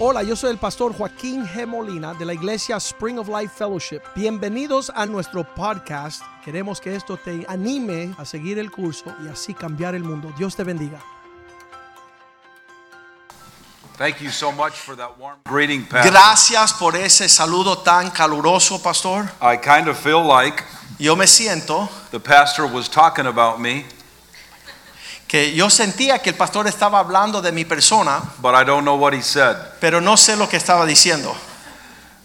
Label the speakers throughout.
Speaker 1: Hola, yo soy el pastor Joaquín G. Molina de la iglesia Spring of Life Fellowship. Bienvenidos a nuestro podcast. Queremos que esto te anime a seguir el curso y así cambiar el mundo. Dios te bendiga.
Speaker 2: Thank you so much for that warm greeting, Pastor.
Speaker 3: Gracias por ese saludo tan caluroso, pastor.
Speaker 2: I kind of feel like
Speaker 3: Yo me siento
Speaker 2: the pastor was talking about me,
Speaker 3: que yo sentía que el pastor estaba hablando de mi persona,
Speaker 2: but I don't know what he said.
Speaker 3: pero no sé lo que estaba diciendo.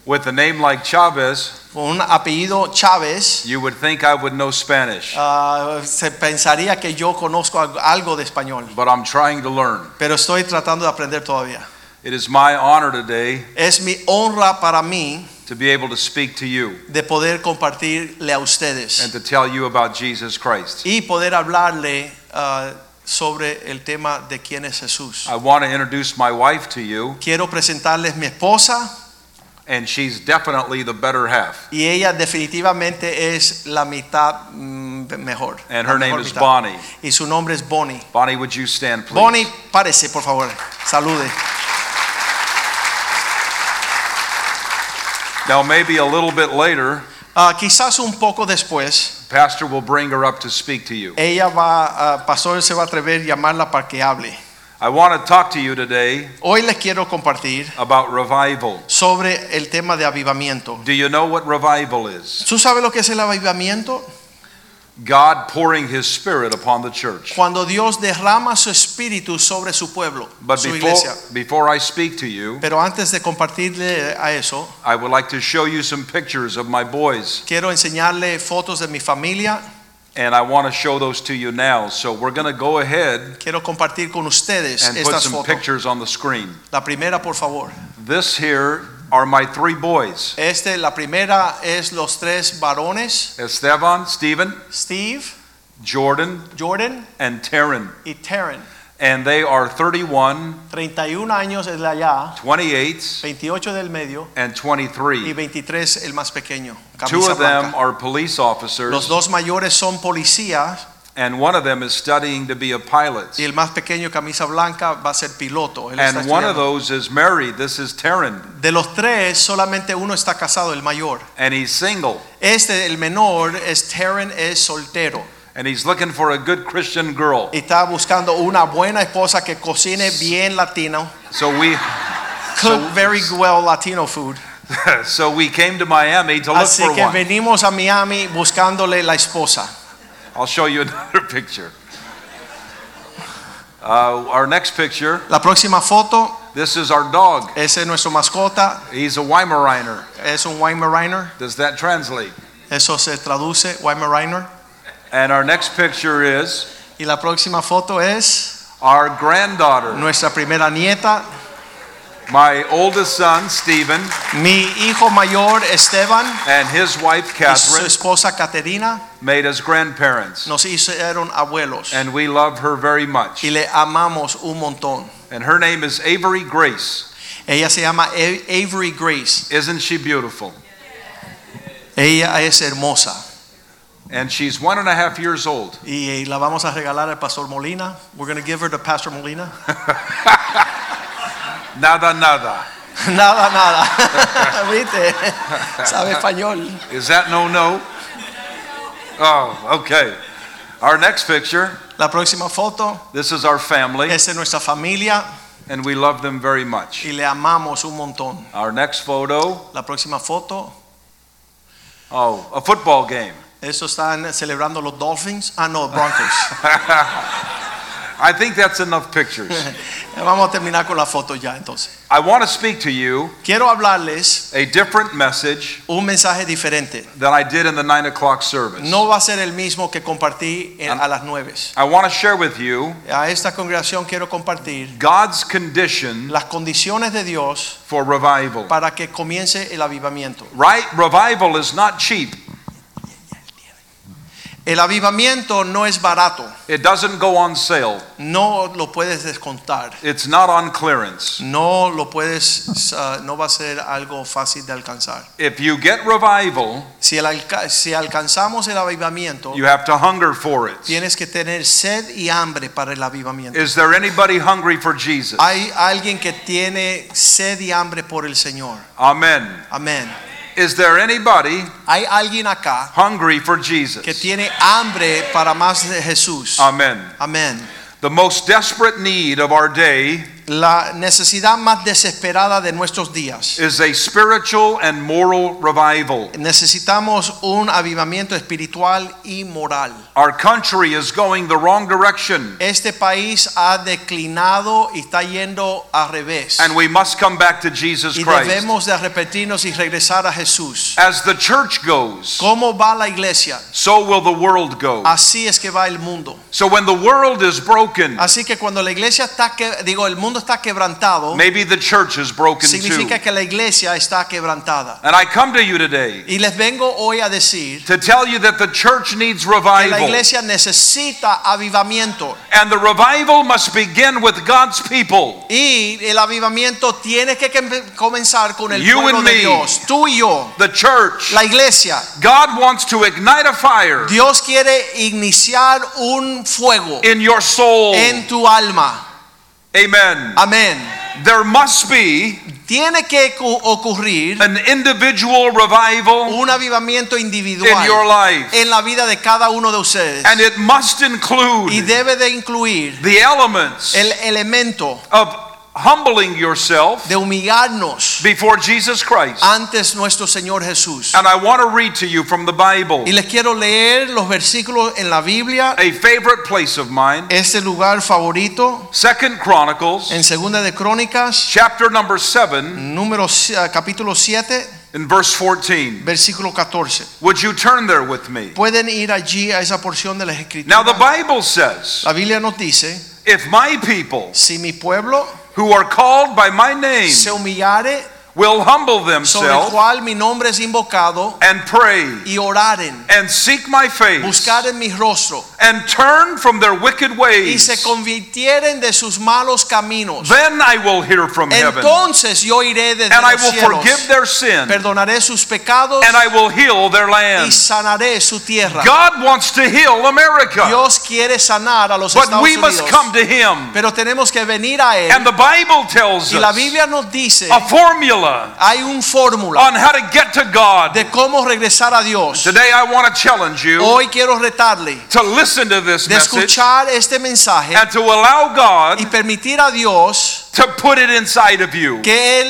Speaker 2: With a name like Chavez,
Speaker 3: Con un apellido Chávez,
Speaker 2: you would think I would know Spanish,
Speaker 3: ah, se pensaría que yo conozco al- algo de español,
Speaker 2: but I'm trying to learn.
Speaker 3: pero estoy tratando de aprender todavía.
Speaker 2: It is my honor today
Speaker 3: Es mi honra para mí
Speaker 2: to be able to speak to you
Speaker 3: de poder compartirle a ustedes
Speaker 2: and to tell you about Jesus Christ.
Speaker 3: y poder hablarle ah, sobre el tema de quién es Jesús.
Speaker 2: I want to introduce my wife to you,
Speaker 3: Quiero presentarles mi esposa.
Speaker 2: and she's definitely the better half,
Speaker 3: Y ella definitivamente es la mitad mm, mejor.
Speaker 2: and
Speaker 3: la
Speaker 2: her name
Speaker 3: mejor
Speaker 2: is
Speaker 3: mitad.
Speaker 2: Bonnie.
Speaker 3: Y su nombre es Bonnie.
Speaker 2: Bonnie, would you stand, please?
Speaker 3: Bonnie, párese, por favor. Salude.
Speaker 2: Now, maybe a little bit later,
Speaker 3: Ah, quizás un poco después,
Speaker 2: Pastor will bring her up to speak to you.
Speaker 3: ella va, ah, Pastor se va a atrever a llamarla para que hable.
Speaker 2: I want to talk to you today
Speaker 3: Hoy les quiero compartir
Speaker 2: about revival.
Speaker 3: sobre el tema de avivamiento.
Speaker 2: Do you know what revival is?
Speaker 3: ¿Tú sabes lo que es el avivamiento?
Speaker 2: God pouring his spirit upon the church.
Speaker 3: Cuando Dios derrama su espíritu sobre su pueblo,
Speaker 2: But
Speaker 3: su
Speaker 2: before,
Speaker 3: iglesia.
Speaker 2: before I speak to you,
Speaker 3: Pero antes de compartirle a eso,
Speaker 2: I would like to show you some pictures of my boys,
Speaker 3: quiero enseñarle fotos de mi familia
Speaker 2: and I want to show those to you now. So we're going to go ahead
Speaker 3: Quiero compartir con ustedes
Speaker 2: and put
Speaker 3: estas
Speaker 2: some
Speaker 3: fotos.
Speaker 2: pictures on the screen.
Speaker 3: La primera, por favor.
Speaker 2: This here are my three boys
Speaker 3: Este, la primera es los tres varones,
Speaker 2: Esteban, Stephen,
Speaker 3: Steve,
Speaker 2: Jordan,
Speaker 3: Jordan
Speaker 2: and Taryn.
Speaker 3: y Taryn.
Speaker 2: And they are 31,
Speaker 3: 31 años el de allá,
Speaker 2: 28,
Speaker 3: 28 del medio
Speaker 2: and
Speaker 3: y
Speaker 2: 23.
Speaker 3: 23 el más pequeño.
Speaker 2: Two
Speaker 3: Camisa
Speaker 2: of them
Speaker 3: blanca.
Speaker 2: are police
Speaker 3: Los
Speaker 2: officers,
Speaker 3: dos mayores son policías
Speaker 2: and one of them is studying to be a pilot.
Speaker 3: y el más pequeño, camisa blanca, va a ser piloto. Él está
Speaker 2: And one of
Speaker 3: estudiando.
Speaker 2: those is married. This is Taryn,
Speaker 3: de los tres, solamente uno está casado, el mayor.
Speaker 2: and he's single,
Speaker 3: Este, el menor, es Taryn, es soltero.
Speaker 2: and he's looking for a good Christian girl.
Speaker 3: y está buscando una buena esposa que cocine bien latino,
Speaker 2: So we,
Speaker 3: cook
Speaker 2: So-
Speaker 3: very well Latino food.
Speaker 2: so we came to Miami to look
Speaker 3: Así
Speaker 2: for
Speaker 3: que
Speaker 2: one.
Speaker 3: venimos a Miami buscándole la esposa.
Speaker 2: I'll show you another picture. Uh, our next picture.
Speaker 3: La próxima foto,
Speaker 2: This is our dog.
Speaker 3: ese es nuestro mascota,
Speaker 2: He's a Weimaraner.
Speaker 3: es un Weimaraner,
Speaker 2: Does that translate?
Speaker 3: eso se traduce Weimaraner.
Speaker 2: And our next picture is
Speaker 3: Y la próxima foto es
Speaker 2: our granddaughter,
Speaker 3: nuestra primera nieta,
Speaker 2: my oldest son Stephen,
Speaker 3: mi hijo mayor Esteban
Speaker 2: and his wife
Speaker 3: y su
Speaker 2: Catherine
Speaker 3: esposa Caterina
Speaker 2: made us grandparents,
Speaker 3: nos hicieron abuelos
Speaker 2: and we love her very much.
Speaker 3: y le amamos un montón.
Speaker 2: And her name is Avery Grace.
Speaker 3: Ella se llama A- Avery Grace.
Speaker 2: Isn't she beautiful?
Speaker 3: Ella es hermosa
Speaker 2: And she's one and a half years old.
Speaker 3: y la vamos a regalar al pastor Molina. We're going to give her to Pastor Molina.
Speaker 2: Nada, nada.
Speaker 3: nada, nada. ¿Viste? Sabe español.
Speaker 2: Is that no no? Oh, okay. Our next picture.
Speaker 3: La próxima foto
Speaker 2: This is our family,
Speaker 3: es de nuestra familia
Speaker 2: and we love them very much.
Speaker 3: y le amamos un montón.
Speaker 2: Our next photo.
Speaker 3: La próxima foto,
Speaker 2: Oh, a football game.
Speaker 3: eso están celebrando los Dolphins. Ah, no, Broncos.
Speaker 2: I think that's enough pictures.
Speaker 3: vamos a terminar con la foto ya entonces.
Speaker 2: I want to speak to you
Speaker 3: Quiero hablarles
Speaker 2: a different message
Speaker 3: un mensaje diferente.
Speaker 2: than I did in the nine o'clock service.
Speaker 3: No va a ser el mismo que compartí en- a las nueve.
Speaker 2: I want to share with you
Speaker 3: A esta congregación quiero compartir
Speaker 2: God's condition
Speaker 3: las condiciones de Dios
Speaker 2: for revival.
Speaker 3: para que comience el avivamiento.
Speaker 2: Right? Revival is not cheap.
Speaker 3: El avivamiento no es barato,
Speaker 2: It doesn't go on sale.
Speaker 3: no lo puedes descontar,
Speaker 2: It's not on clearance.
Speaker 3: no lo puedes, uh, no va a ser algo fácil de alcanzar.
Speaker 2: If you get revival,
Speaker 3: Si, el alca- si alcanzamos el avivamiento,
Speaker 2: you have to hunger for it.
Speaker 3: tienes que tener sed y hambre para el avivamiento.
Speaker 2: Is there anybody hungry for Jesus?
Speaker 3: Hay alguien que tiene sed y hambre por el Señor.
Speaker 2: Amen.
Speaker 3: Amén.
Speaker 2: Is there anybody
Speaker 3: Hay alguien acá
Speaker 2: hungry for
Speaker 3: que
Speaker 2: Jesus?
Speaker 3: tiene hambre para más de Jesús.
Speaker 2: Amen.
Speaker 3: Amén.
Speaker 2: The most desperate need of our day
Speaker 3: La necesidad más desesperada de nuestros días.
Speaker 2: is a spiritual and moral revival.
Speaker 3: Necesitamos un avivamiento espiritual y moral.
Speaker 2: Our country is going the wrong direction,
Speaker 3: Este país ha declinado y está yendo al revés.
Speaker 2: and we must come back to Jesus
Speaker 3: Y
Speaker 2: Christ.
Speaker 3: debemos de arrepentirnos y regresar a Jesús.
Speaker 2: As the church goes,
Speaker 3: ¿Cómo va la iglesia?
Speaker 2: so will the world go.
Speaker 3: Así es que va el mundo.
Speaker 2: So when the world is broken,
Speaker 3: Así que cuando la iglesia está que digo el mundo está quebrantado,
Speaker 2: maybe the church is broken too.
Speaker 3: significa que la iglesia está quebrantada.
Speaker 2: And I come to you today
Speaker 3: Y les vengo hoy a decir
Speaker 2: to tell you that the church needs
Speaker 3: que la
Speaker 2: revival.
Speaker 3: iglesia necesita avivamiento
Speaker 2: And the revival must begin with God's people.
Speaker 3: y el avivamiento tiene que quem- comenzar con el
Speaker 2: You
Speaker 3: pueblo
Speaker 2: and
Speaker 3: de
Speaker 2: me.
Speaker 3: Dios, tú y yo,
Speaker 2: The church.
Speaker 3: la iglesia.
Speaker 2: God wants to ignite a fire
Speaker 3: Dios quiere iniciar un fuego
Speaker 2: in your soul.
Speaker 3: en Ah. tu alma.
Speaker 2: Amen.
Speaker 3: Amén.
Speaker 2: There must be
Speaker 3: Tiene que cu- ocurrir
Speaker 2: an individual revival
Speaker 3: un avivamiento
Speaker 2: in your
Speaker 3: individual
Speaker 2: life.
Speaker 3: en la vida de cada uno de ustedes.
Speaker 2: And it must
Speaker 3: y
Speaker 2: include
Speaker 3: debe de incluir
Speaker 2: the elements
Speaker 3: el elemento
Speaker 2: of humbling yourself
Speaker 3: de humillarnos
Speaker 2: before Jesus Christ.
Speaker 3: antes nuestro Señor Jesús.
Speaker 2: And I want to read to you from the Bible,
Speaker 3: Y les quiero leer los versículos en la Biblia,
Speaker 2: a favorite place of mine,
Speaker 3: este lugar favorito,
Speaker 2: Second Chronicles,
Speaker 3: en Segunda de Crónicas,
Speaker 2: chapter number 7,
Speaker 3: número si- ah, capítulo 7,
Speaker 2: and verse 14.
Speaker 3: versículo 14.
Speaker 2: Would you turn there with me?
Speaker 3: Pueden ir allí a esa porción de las
Speaker 2: Now, the
Speaker 3: escrituras.
Speaker 2: Bible says,
Speaker 3: La Biblia nos dice,
Speaker 2: If my people
Speaker 3: si mi pueblo
Speaker 2: who are called by my name
Speaker 3: se humillare,
Speaker 2: will humble
Speaker 3: sobre el
Speaker 2: themselves
Speaker 3: cual mi nombre es invocado,
Speaker 2: and pray
Speaker 3: y oraren,
Speaker 2: and seek my face
Speaker 3: buscaren mi rostro,
Speaker 2: and turn from their wicked
Speaker 3: y se
Speaker 2: ways,
Speaker 3: convirtieren de sus malos caminos.
Speaker 2: then I will hear from heaven
Speaker 3: Entonces yo iré desde
Speaker 2: and I
Speaker 3: los
Speaker 2: will
Speaker 3: cielos,
Speaker 2: forgive their sin and
Speaker 3: perdonaré sus pecados
Speaker 2: I will heal their
Speaker 3: y
Speaker 2: land.
Speaker 3: sanaré su tierra.
Speaker 2: God wants to heal America,
Speaker 3: Dios quiere sanar a los
Speaker 2: but
Speaker 3: Estados
Speaker 2: we
Speaker 3: Unidos,
Speaker 2: must come to Him.
Speaker 3: pero tenemos que venir a él.
Speaker 2: And the Bible tells
Speaker 3: y la
Speaker 2: us
Speaker 3: Biblia nos dice,
Speaker 2: a formula
Speaker 3: hay un fórmula
Speaker 2: on how to get to God.
Speaker 3: de cómo regresar a Dios.
Speaker 2: Today I want to challenge you
Speaker 3: Hoy quiero retarle
Speaker 2: to listen to this
Speaker 3: de
Speaker 2: message
Speaker 3: escuchar este mensaje
Speaker 2: and to allow God
Speaker 3: y permitir a Dios
Speaker 2: to put it inside of you.
Speaker 3: que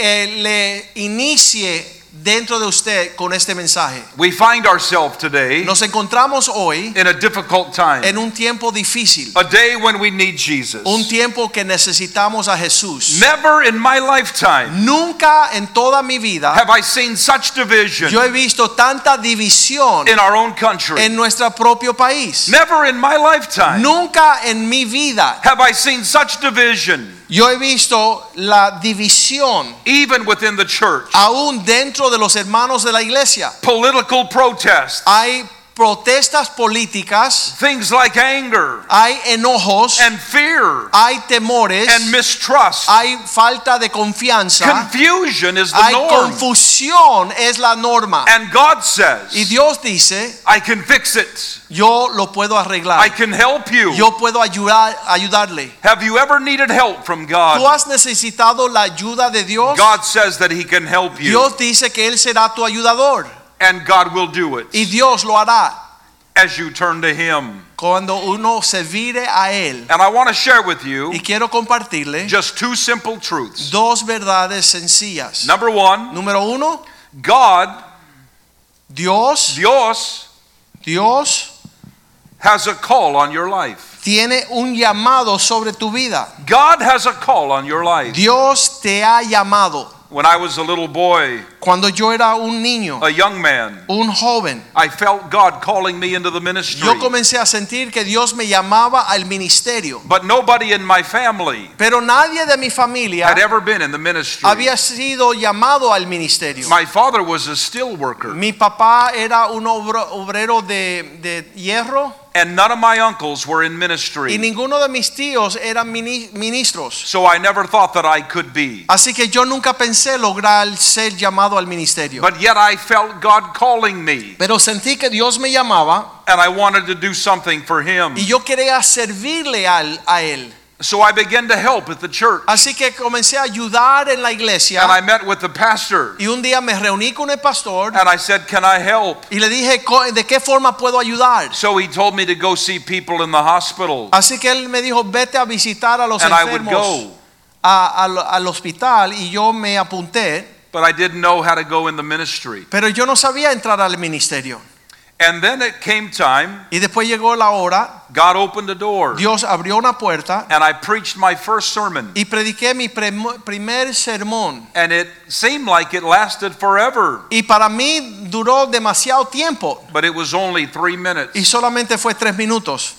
Speaker 3: él eh, le inicie dentro de usted con este mensaje.
Speaker 2: We find ourselves today
Speaker 3: Nos encontramos hoy
Speaker 2: in a difficult time,
Speaker 3: en un tiempo difícil.
Speaker 2: a day when we need Jesus.
Speaker 3: Un tiempo que necesitamos a Jesús.
Speaker 2: Never in my lifetime
Speaker 3: Nunca en toda mi vida
Speaker 2: have I seen such division
Speaker 3: yo he visto tanta división
Speaker 2: in our own country.
Speaker 3: en nuestro propio país.
Speaker 2: Never in my lifetime
Speaker 3: Nunca en mi vida
Speaker 2: have I seen such division
Speaker 3: yo he visto la división
Speaker 2: even within the church.
Speaker 3: aún dentro de los hermanos de la iglesia.
Speaker 2: Political protest,
Speaker 3: Hay protestas políticas,
Speaker 2: things like anger
Speaker 3: hay enojos,
Speaker 2: and fear
Speaker 3: hay temores,
Speaker 2: and mistrust.
Speaker 3: hay falta de confianza,
Speaker 2: Confusion is the
Speaker 3: hay
Speaker 2: norm.
Speaker 3: confusión es la norma.
Speaker 2: And God
Speaker 3: Y
Speaker 2: says,
Speaker 3: Dios dice,
Speaker 2: I can fix it.
Speaker 3: Yo lo puedo
Speaker 2: I
Speaker 3: arreglar.
Speaker 2: can help you.
Speaker 3: Yo puedo ayudar, ayudarle.
Speaker 2: Have you ever needed help from
Speaker 3: ¿Tú
Speaker 2: God?
Speaker 3: has necesitado la ayuda de Dios?
Speaker 2: God says that He can help you,
Speaker 3: Dios dice que Él será tu ayudador
Speaker 2: and God will do it
Speaker 3: y Dios lo hará
Speaker 2: as you turn to Him.
Speaker 3: cuando uno se vire a Él.
Speaker 2: And I want to share with you
Speaker 3: Y quiero compartirle
Speaker 2: just two simple truths.
Speaker 3: dos verdades sencillas.
Speaker 2: Number one,
Speaker 3: Número uno,
Speaker 2: God,
Speaker 3: Dios,
Speaker 2: Dios,
Speaker 3: Dios
Speaker 2: has a call on your life.
Speaker 3: tiene un llamado sobre tu vida.
Speaker 2: God has a call on your life.
Speaker 3: Dios te ha llamado.
Speaker 2: When I was a little boy,
Speaker 3: Cuando yo era un niño,
Speaker 2: a young man,
Speaker 3: un joven,
Speaker 2: I felt God calling me into the ministry.
Speaker 3: yo comencé a sentir que Dios me llamaba al ministerio.
Speaker 2: But nobody in my family
Speaker 3: Pero nadie de mi familia
Speaker 2: had ever been in the ministry.
Speaker 3: había sido llamado al ministerio.
Speaker 2: My father was a steel worker,
Speaker 3: Mi papá era un obro- obrero de, de hierro
Speaker 2: and none of my uncles were in
Speaker 3: y
Speaker 2: ministry.
Speaker 3: ninguno de mis tíos eran mini- ministros.
Speaker 2: So I never thought that I could be.
Speaker 3: Así que yo nunca pensé lograr ser llamado al ministerio.
Speaker 2: But yet I felt God calling me,
Speaker 3: Pero sentí que Dios me llamaba
Speaker 2: and I wanted to do something for Him.
Speaker 3: y yo quería servirle al- a Él.
Speaker 2: So I began to help at the church,
Speaker 3: Así que comencé a ayudar en la
Speaker 2: and I
Speaker 3: iglesia
Speaker 2: met with the pastor,
Speaker 3: y un día me reuní con el pastor
Speaker 2: and I said, Can I help?
Speaker 3: y le dije, "Co- ¿de qué forma puedo ayudar?
Speaker 2: So he told me to go see people in the hospital,
Speaker 3: Así que él me dijo, vete a visitar a los
Speaker 2: and I would
Speaker 3: enfermos
Speaker 2: go.
Speaker 3: a- al- al hospital y yo me apunté.
Speaker 2: But I didn't know how to go in the ministry.
Speaker 3: Pero yo no sabía entrar al ministerio.
Speaker 2: And then it came time,
Speaker 3: Y después llegó la hora,
Speaker 2: God opened the door,
Speaker 3: Dios abrió una puerta
Speaker 2: and I preached my first sermon.
Speaker 3: y prediqué mi prem- primer sermón.
Speaker 2: And it seemed like it lasted forever,
Speaker 3: Y para mí duró demasiado tiempo
Speaker 2: but it was only three
Speaker 3: y
Speaker 2: minutes,
Speaker 3: solamente fue tres minutos.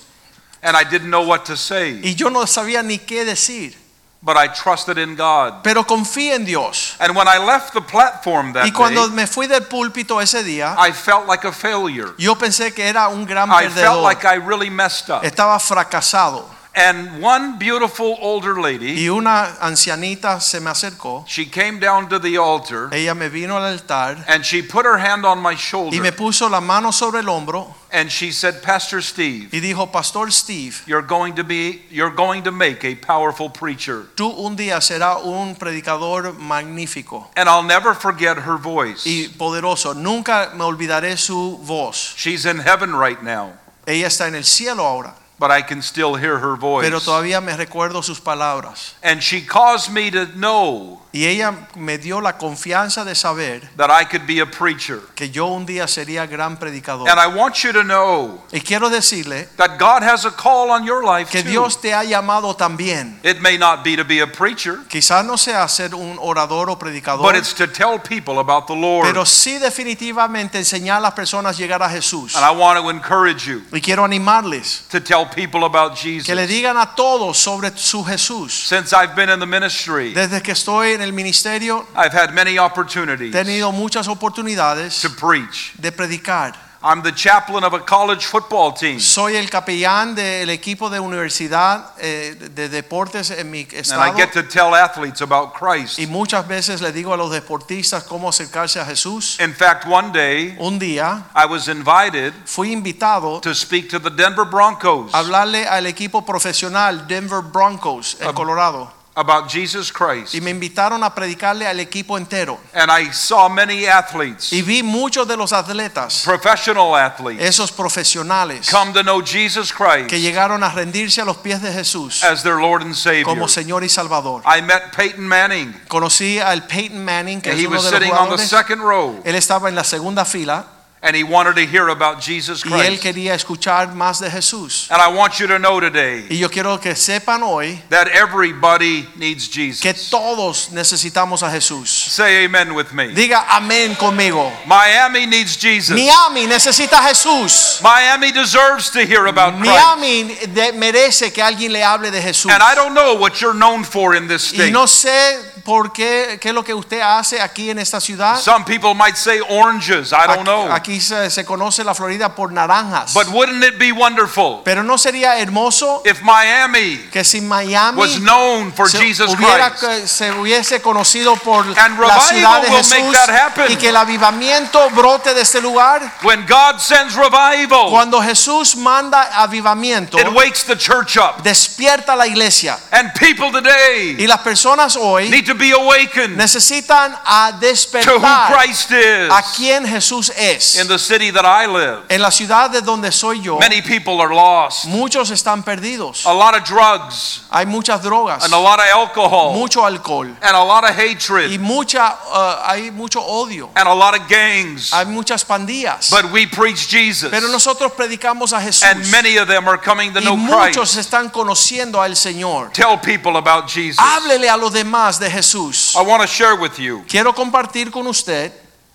Speaker 2: and I didn't know what to say.
Speaker 3: Y yo no sabía ni qué decir.
Speaker 2: But I trusted in God.
Speaker 3: Pero confié en Dios.
Speaker 2: And when I left the platform that
Speaker 3: Y cuando
Speaker 2: day,
Speaker 3: me fui del púlpito ese día,
Speaker 2: I felt like a failure.
Speaker 3: yo pensé que era un gran
Speaker 2: I felt
Speaker 3: perdedor.
Speaker 2: like I really messed up.
Speaker 3: Estaba fracasado.
Speaker 2: And one beautiful older lady,
Speaker 3: Y una ancianita se me acercó.
Speaker 2: she came down to the altar
Speaker 3: Ella me vino al altar
Speaker 2: and she put her hand on my
Speaker 3: y me
Speaker 2: shoulder
Speaker 3: puso la mano sobre el hombro
Speaker 2: and she said, "Pastor Steve,
Speaker 3: y dijo, Pastor Steve.
Speaker 2: you're going to be you're going to make a powerful preacher."
Speaker 3: Tú un día serás un predicador magnífico
Speaker 2: And I'll never forget her voice.
Speaker 3: y poderoso. Nunca me olvidaré su voz.
Speaker 2: She's in heaven right now,
Speaker 3: Ella está en el cielo ahora,
Speaker 2: but I can still hear her
Speaker 3: pero
Speaker 2: voice.
Speaker 3: todavía me recuerdo sus palabras.
Speaker 2: And she caused me to know
Speaker 3: Y ella me dio la confianza de saber
Speaker 2: that I could be a preacher.
Speaker 3: que yo un día sería gran predicador.
Speaker 2: And I want you to know
Speaker 3: Y quiero decirle
Speaker 2: that God has a call on your life
Speaker 3: que
Speaker 2: too.
Speaker 3: Dios te ha llamado también.
Speaker 2: It may not be to be a preacher,
Speaker 3: Quizás no sea ser un orador o
Speaker 2: but
Speaker 3: predicador,
Speaker 2: it's to tell people about the Lord.
Speaker 3: pero sí definitivamente enseñar a las personas a llegar a Jesús.
Speaker 2: And I want to encourage you
Speaker 3: Y quiero animarles
Speaker 2: to tell people about
Speaker 3: que le
Speaker 2: Jesus.
Speaker 3: digan a todos sobre su Jesús.
Speaker 2: Since I've been in the ministry,
Speaker 3: Desde que estoy en el ministerio
Speaker 2: I've had many
Speaker 3: he
Speaker 2: opportunities
Speaker 3: tenido muchas oportunidades
Speaker 2: to preach.
Speaker 3: de predicar.
Speaker 2: I'm the chaplain of a college football team,
Speaker 3: Soy el capellán del equipo de universidad eh, de deportes en mi
Speaker 2: and I
Speaker 3: estado
Speaker 2: get to tell athletes about Christ.
Speaker 3: y muchas veces le digo a los deportistas cómo acercarse a Jesús.
Speaker 2: In fact, one day
Speaker 3: Un día
Speaker 2: I was invited
Speaker 3: fui invitado
Speaker 2: to speak to the Denver Broncos
Speaker 3: a hablarle al equipo profesional Denver Broncos en
Speaker 2: Ab-
Speaker 3: Colorado
Speaker 2: about Jesus Christ.
Speaker 3: y me invitaron a predicarle al equipo entero
Speaker 2: And I saw many athletes,
Speaker 3: y vi muchos de los atletas,
Speaker 2: professional athletes,
Speaker 3: esos profesionales
Speaker 2: come to know Jesus Christ
Speaker 3: que llegaron a rendirse a los pies de Jesús.
Speaker 2: as their Lord and Savior.
Speaker 3: como Señor y Salvador.
Speaker 2: I met Peyton Manning,
Speaker 3: Conocí al Peyton Manning, que
Speaker 2: and
Speaker 3: es
Speaker 2: he
Speaker 3: uno
Speaker 2: was
Speaker 3: de los
Speaker 2: sitting on the
Speaker 3: jugadores.
Speaker 2: second row,
Speaker 3: Él estaba en la segunda fila
Speaker 2: and he wanted to hear about Jesus
Speaker 3: y él
Speaker 2: Christ.
Speaker 3: quería escuchar más de Jesús.
Speaker 2: And I want you to know today
Speaker 3: Y yo quiero que sepan hoy
Speaker 2: that everybody needs
Speaker 3: que
Speaker 2: Jesus.
Speaker 3: todos necesitamos a Jesús.
Speaker 2: Say amen with me.
Speaker 3: Diga amén conmigo.
Speaker 2: Miami needs Jesus.
Speaker 3: Miami necesita a Jesús.
Speaker 2: Miami deserves to hear about Christ.
Speaker 3: Miami de- merece que alguien le hable de Jesús.
Speaker 2: And I don't know what you're known for in this
Speaker 3: Y
Speaker 2: state.
Speaker 3: no sé por qué, qué es lo que usted hace aquí en esta ciudad.
Speaker 2: Some people might say oranges. I don't know.
Speaker 3: Aquí, aquí se, se conoce la Florida por naranjas.
Speaker 2: But wouldn't it be wonderful
Speaker 3: Pero no sería hermoso
Speaker 2: if Miami
Speaker 3: que si Miami
Speaker 2: was known for
Speaker 3: se,
Speaker 2: Jesus
Speaker 3: hubiera,
Speaker 2: Christ?
Speaker 3: se hubiese conocido por
Speaker 2: And
Speaker 3: la
Speaker 2: revival
Speaker 3: ciudad de
Speaker 2: will make
Speaker 3: Jesús
Speaker 2: that happen.
Speaker 3: y que el avivamiento brote de este lugar,
Speaker 2: When God sends revival,
Speaker 3: cuando Jesús manda avivamiento,
Speaker 2: it wakes the church up.
Speaker 3: despierta la iglesia
Speaker 2: And people today
Speaker 3: y las personas hoy
Speaker 2: need to be awakened
Speaker 3: necesitan a
Speaker 2: to who
Speaker 3: despertar
Speaker 2: Christ
Speaker 3: a
Speaker 2: is.
Speaker 3: quien Jesús es.
Speaker 2: In the city that I live,
Speaker 3: En la ciudad de donde soy yo,
Speaker 2: many people are lost.
Speaker 3: muchos están perdidos.
Speaker 2: A lot of drugs
Speaker 3: Hay muchas drogas,
Speaker 2: and a lot of alcohol
Speaker 3: mucho alcohol
Speaker 2: and a lot of
Speaker 3: y
Speaker 2: hatred
Speaker 3: mucha uh, hay mucho odio.
Speaker 2: and a lot of gangs.
Speaker 3: Hay muchas pandillas.
Speaker 2: But we preach Jesus.
Speaker 3: Pero nosotros predicamos a Jesús.
Speaker 2: And many of them are coming to
Speaker 3: y
Speaker 2: know
Speaker 3: muchos
Speaker 2: Christ.
Speaker 3: están conociendo al Señor.
Speaker 2: Tell people about Jesus.
Speaker 3: Háblele a los demás de Jesús,
Speaker 2: I want to share with you
Speaker 3: quiero compartir con usted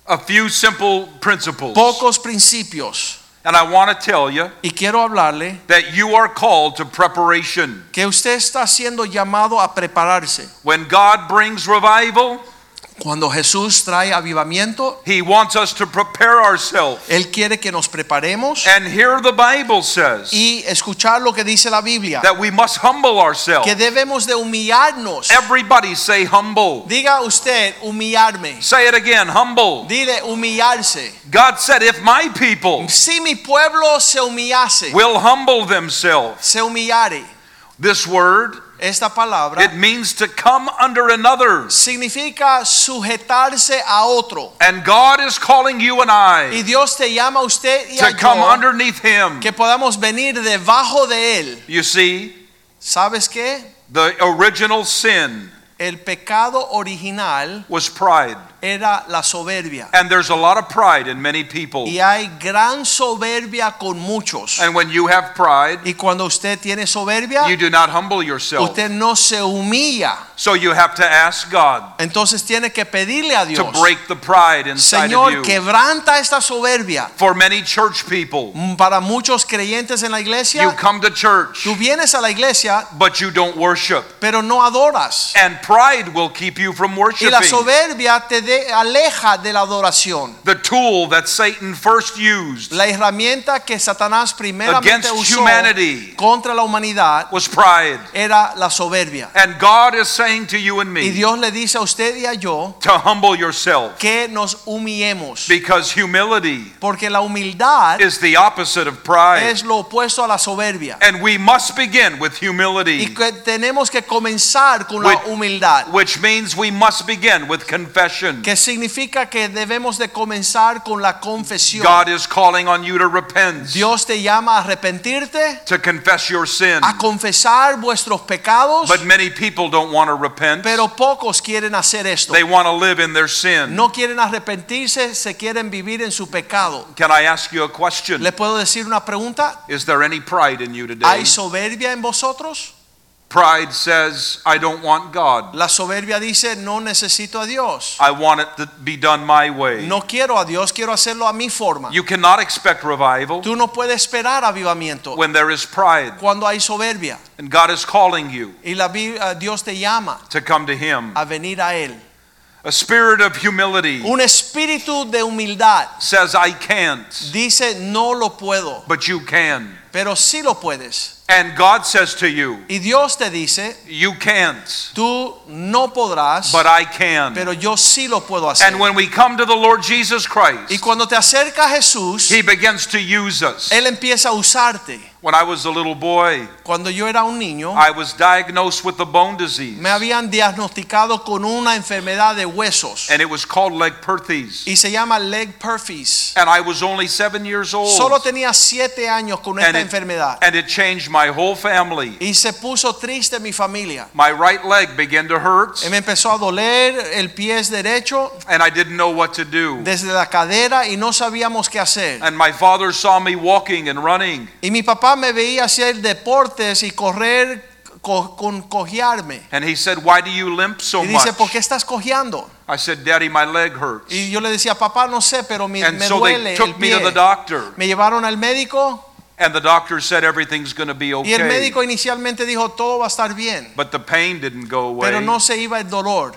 Speaker 2: a few simple principles.
Speaker 3: pocos principios
Speaker 2: And I want to tell you
Speaker 3: y quiero hablarle
Speaker 2: that you are called to preparation.
Speaker 3: que usted está siendo llamado a prepararse.
Speaker 2: When God brings revival,
Speaker 3: Cuando Jesús trae avivamiento,
Speaker 2: He wants us to prepare ourselves.
Speaker 3: Él quiere que nos preparemos
Speaker 2: And here the Bible says
Speaker 3: y escuchar lo que dice la Biblia,
Speaker 2: that we must humble ourselves.
Speaker 3: que debemos de humillarnos.
Speaker 2: Everybody say humble.
Speaker 3: Diga usted humillarme.
Speaker 2: Say it again, humble.
Speaker 3: Dile humillarse.
Speaker 2: God said, if my people
Speaker 3: Si mi pueblo se humillase,
Speaker 2: will humble themselves,
Speaker 3: se humillare.
Speaker 2: this word,
Speaker 3: Esta palabra
Speaker 2: it means to come under another.
Speaker 3: significa sujetarse a otro.
Speaker 2: And God is calling you and
Speaker 3: Y
Speaker 2: I
Speaker 3: Dios te llama a usted y a
Speaker 2: to come
Speaker 3: yo
Speaker 2: underneath Him.
Speaker 3: que podamos venir debajo de él.
Speaker 2: You see,
Speaker 3: ¿Sabes qué?
Speaker 2: the original sin
Speaker 3: El pecado original
Speaker 2: was pride.
Speaker 3: era la soberbia.
Speaker 2: And there's a lot of pride in many people.
Speaker 3: Y hay gran soberbia con muchos.
Speaker 2: And when you have pride,
Speaker 3: Y cuando usted tiene soberbia,
Speaker 2: you do not humble yourself.
Speaker 3: usted no se humilla.
Speaker 2: So you have to ask God
Speaker 3: Entonces tiene que pedirle a
Speaker 2: to
Speaker 3: Dios,
Speaker 2: break the pride inside
Speaker 3: Señor,
Speaker 2: of you.
Speaker 3: quebranta esta soberbia.
Speaker 2: For many church people,
Speaker 3: Mm, Para muchos creyentes en la
Speaker 2: you
Speaker 3: iglesia,
Speaker 2: come to church,
Speaker 3: tú vienes a la iglesia,
Speaker 2: but you don't worship.
Speaker 3: pero no adoras.
Speaker 2: And pride will keep you from
Speaker 3: Y la
Speaker 2: worshiping.
Speaker 3: soberbia te de- aleja de la adoración.
Speaker 2: The tool that Satan first used
Speaker 3: La herramienta que Satanás primeramente
Speaker 2: Against
Speaker 3: usó
Speaker 2: humanity.
Speaker 3: contra la humanidad
Speaker 2: was pride.
Speaker 3: era la soberbia.
Speaker 2: And God is saying to you and
Speaker 3: Y
Speaker 2: me
Speaker 3: Dios le dice a usted y a yo
Speaker 2: to humble yourself
Speaker 3: que nos humillemos.
Speaker 2: because humility
Speaker 3: Porque la humildad
Speaker 2: is the opposite of pride.
Speaker 3: es lo opuesto a la soberbia.
Speaker 2: And we must begin with
Speaker 3: Y
Speaker 2: humility,
Speaker 3: que tenemos que comenzar con la
Speaker 2: With-
Speaker 3: humildad,
Speaker 2: which means we must begin with confession.
Speaker 3: que significa que debemos de comenzar con la confesión.
Speaker 2: God is calling on you to repent,
Speaker 3: Dios te llama a arrepentirte,
Speaker 2: to confess your sin.
Speaker 3: a confesar vuestros pecados,
Speaker 2: But many people don't want to repent.
Speaker 3: pero pocos quieren hacer esto.
Speaker 2: They want to live in their sin.
Speaker 3: No quieren arrepentirse, se quieren vivir en su pecado.
Speaker 2: Can I ask you a question?
Speaker 3: ¿Le puedo decir una pregunta?
Speaker 2: Is there any pride in you today?
Speaker 3: ¿Hay soberbia en vosotros?
Speaker 2: Pride says, I don't want God.
Speaker 3: La soberbia dice, no necesito a Dios.
Speaker 2: I want it to be done my way.
Speaker 3: No quiero a Dios, quiero hacerlo a mi forma.
Speaker 2: You cannot expect revival
Speaker 3: Tú no puedes esperar avivamiento
Speaker 2: when there is pride.
Speaker 3: cuando hay soberbia.
Speaker 2: And God is calling you
Speaker 3: Y la, Bi- eh, Dios te llama
Speaker 2: to come to Him.
Speaker 3: a venir a Él.
Speaker 2: A spirit of humility
Speaker 3: Un espíritu de humildad
Speaker 2: says, I can't,
Speaker 3: dice, no lo puedo,
Speaker 2: but you can.
Speaker 3: pero sí lo puedes.
Speaker 2: And God says to you,
Speaker 3: Y Dios te dice,
Speaker 2: You can't,
Speaker 3: tú no podrás,
Speaker 2: but I can.
Speaker 3: pero yo sí lo puedo hacer.
Speaker 2: And when we come to the Lord Jesus
Speaker 3: Y
Speaker 2: Christ,
Speaker 3: cuando te acerca a Jesús,
Speaker 2: He begins to use us.
Speaker 3: Él empieza a usarte.
Speaker 2: When I was a little boy,
Speaker 3: Cuando yo era un niño,
Speaker 2: I was diagnosed with a bone disease,
Speaker 3: me habían diagnosticado con una enfermedad de huesos
Speaker 2: and it was called Legperthes.
Speaker 3: y se llama leg perfies.
Speaker 2: And I was only seven years old,
Speaker 3: Solo tenía siete años con
Speaker 2: and
Speaker 3: esta
Speaker 2: it,
Speaker 3: enfermedad
Speaker 2: and it changed my whole family.
Speaker 3: y se puso triste mi familia.
Speaker 2: My right leg began to hurt,
Speaker 3: Y me empezó a doler el pie derecho
Speaker 2: and I didn't know what to do.
Speaker 3: desde la cadera y no sabíamos qué hacer.
Speaker 2: And my father saw me walking and running,
Speaker 3: Y mi papá me veía hacer deportes y correr co- con cojearme.
Speaker 2: and he said, "Why do you limp so
Speaker 3: Y dice, ¿por
Speaker 2: much?"
Speaker 3: qué estás cojeando?
Speaker 2: I said, "Daddy, my leg hurts."
Speaker 3: Y yo le decía, papá, no sé, pero mi-
Speaker 2: And
Speaker 3: me
Speaker 2: so
Speaker 3: duele
Speaker 2: they
Speaker 3: el
Speaker 2: took me to the
Speaker 3: pie.
Speaker 2: doctor,
Speaker 3: Me llevaron al médico
Speaker 2: and the doctor said everything's going to be
Speaker 3: y el
Speaker 2: okay.
Speaker 3: médico inicialmente dijo, todo va a estar bien.
Speaker 2: But the pain didn't go away.
Speaker 3: Pero no se iba el dolor.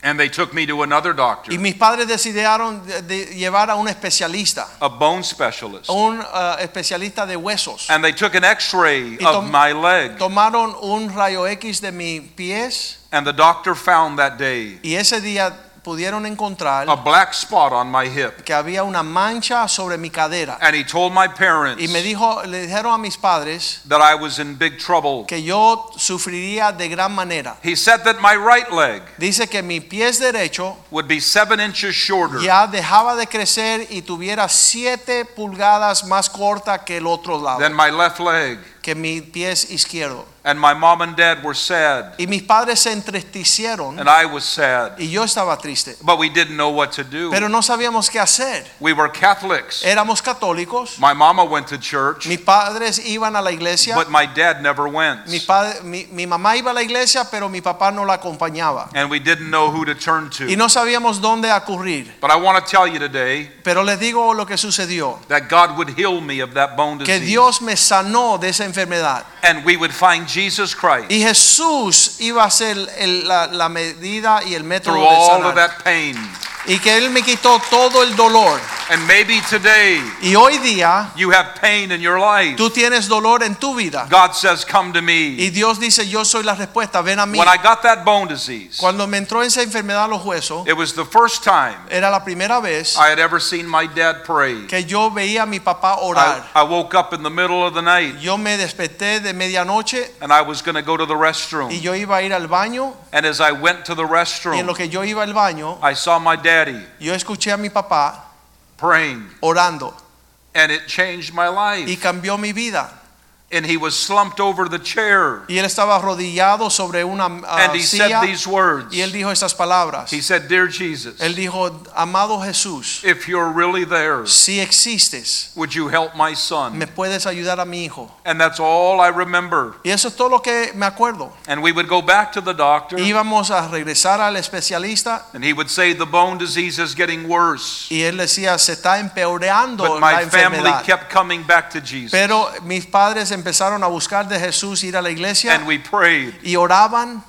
Speaker 2: And they took me to another doctor,
Speaker 3: Y mis padres decidieron de- de llevar a un especialista,
Speaker 2: a bone specialist.
Speaker 3: a un uh, especialista de huesos.
Speaker 2: And they took an x ray
Speaker 3: Y tom-
Speaker 2: of my leg.
Speaker 3: Tomaron un rayo X de mis pies
Speaker 2: And the doctor found that day
Speaker 3: y ese día pudieron encontrar
Speaker 2: a black spot on my hip.
Speaker 3: que había una mancha sobre mi cadera.
Speaker 2: And he told my
Speaker 3: Y
Speaker 2: parents
Speaker 3: me dijo, le dijeron a mis padres
Speaker 2: that I was in big trouble.
Speaker 3: que yo sufriría de gran manera.
Speaker 2: He said that my right leg
Speaker 3: Dice que mi pie derecho
Speaker 2: would be seven inches shorter.
Speaker 3: ya dejaba de crecer y tuviera siete pulgadas más corta que el otro lado,
Speaker 2: Than my left leg.
Speaker 3: que que mi pie es izquierdo.
Speaker 2: And my mom and dad were sad.
Speaker 3: Y mis padres se entristecieron
Speaker 2: And I was sad.
Speaker 3: y yo estaba triste.
Speaker 2: But we didn't know what to do.
Speaker 3: Pero Eh. no sabíamos qué hacer.
Speaker 2: We were Catholics.
Speaker 3: Éramos católicos.
Speaker 2: My mama went to church,
Speaker 3: Mis padres iban a la iglesia.
Speaker 2: but my dad never went.
Speaker 3: Mi, padre- mi, mi mamá iba a la iglesia, pero mi papá no la acompañaba.
Speaker 2: And we didn't know who to turn
Speaker 3: Y
Speaker 2: to.
Speaker 3: no sabíamos dónde acudir.
Speaker 2: But I want to tell you today
Speaker 3: Pero les digo lo que sucedió.
Speaker 2: that God would heal me of that bone
Speaker 3: Que
Speaker 2: disease.
Speaker 3: Dios me sanó de esa enfermedad.
Speaker 2: And we would find Jesus Christ
Speaker 3: Y Jesús iba a ser el- la, la medida y el método
Speaker 2: through
Speaker 3: de
Speaker 2: all of
Speaker 3: sanar.
Speaker 2: that pain.
Speaker 3: Y que Él me quitó todo el dolor.
Speaker 2: And maybe today
Speaker 3: Y hoy día
Speaker 2: you have pain in your life.
Speaker 3: tú tienes dolor en tu vida.
Speaker 2: God says, Come to me.
Speaker 3: Y Dios dice, yo soy la respuesta, ven a mí.
Speaker 2: When I got that bone disease,
Speaker 3: Cuando me entró esa enfermedad a los huesos,
Speaker 2: it was the first time
Speaker 3: era la primera vez
Speaker 2: I had ever seen my dad pray.
Speaker 3: que yo veía a mi papá
Speaker 2: I,
Speaker 3: orar.
Speaker 2: I woke up in the middle of the night
Speaker 3: Yo me desperté de medianoche
Speaker 2: and I was going to go to the
Speaker 3: y
Speaker 2: restroom.
Speaker 3: yo iba a ir al baño.
Speaker 2: And as I went to the
Speaker 3: Y en
Speaker 2: restroom,
Speaker 3: lo que yo iba al baño,
Speaker 2: I saw my daddy
Speaker 3: yo escuché a mi papá
Speaker 2: praying.
Speaker 3: orando
Speaker 2: and it changed my
Speaker 3: y
Speaker 2: life.
Speaker 3: cambió mi vida.
Speaker 2: And he was slumped over the chair,
Speaker 3: Y él estaba arrodillado sobre una ah,
Speaker 2: and he said
Speaker 3: silla
Speaker 2: these words.
Speaker 3: y él dijo estas palabras.
Speaker 2: He said, "Dear Jesus,
Speaker 3: Él dijo, amado Jesús,
Speaker 2: if you're really there,
Speaker 3: si existes,
Speaker 2: would you help my son?"
Speaker 3: me puedes ayudar a mi hijo.
Speaker 2: And that's all I remember.
Speaker 3: Y eso es todo lo que me acuerdo.
Speaker 2: And we would go back to the doctor,
Speaker 3: Íbamos a regresar al especialista
Speaker 2: and he would say, "The bone disease is getting worse."
Speaker 3: y él decía, se está empeorando
Speaker 2: But
Speaker 3: la
Speaker 2: my family
Speaker 3: enfermedad.
Speaker 2: kept coming back to Jesus,
Speaker 3: Pero mis padres empezaron a buscar de Jesús, ir a la
Speaker 2: and
Speaker 3: iglesia
Speaker 2: we prayed.
Speaker 3: y oraban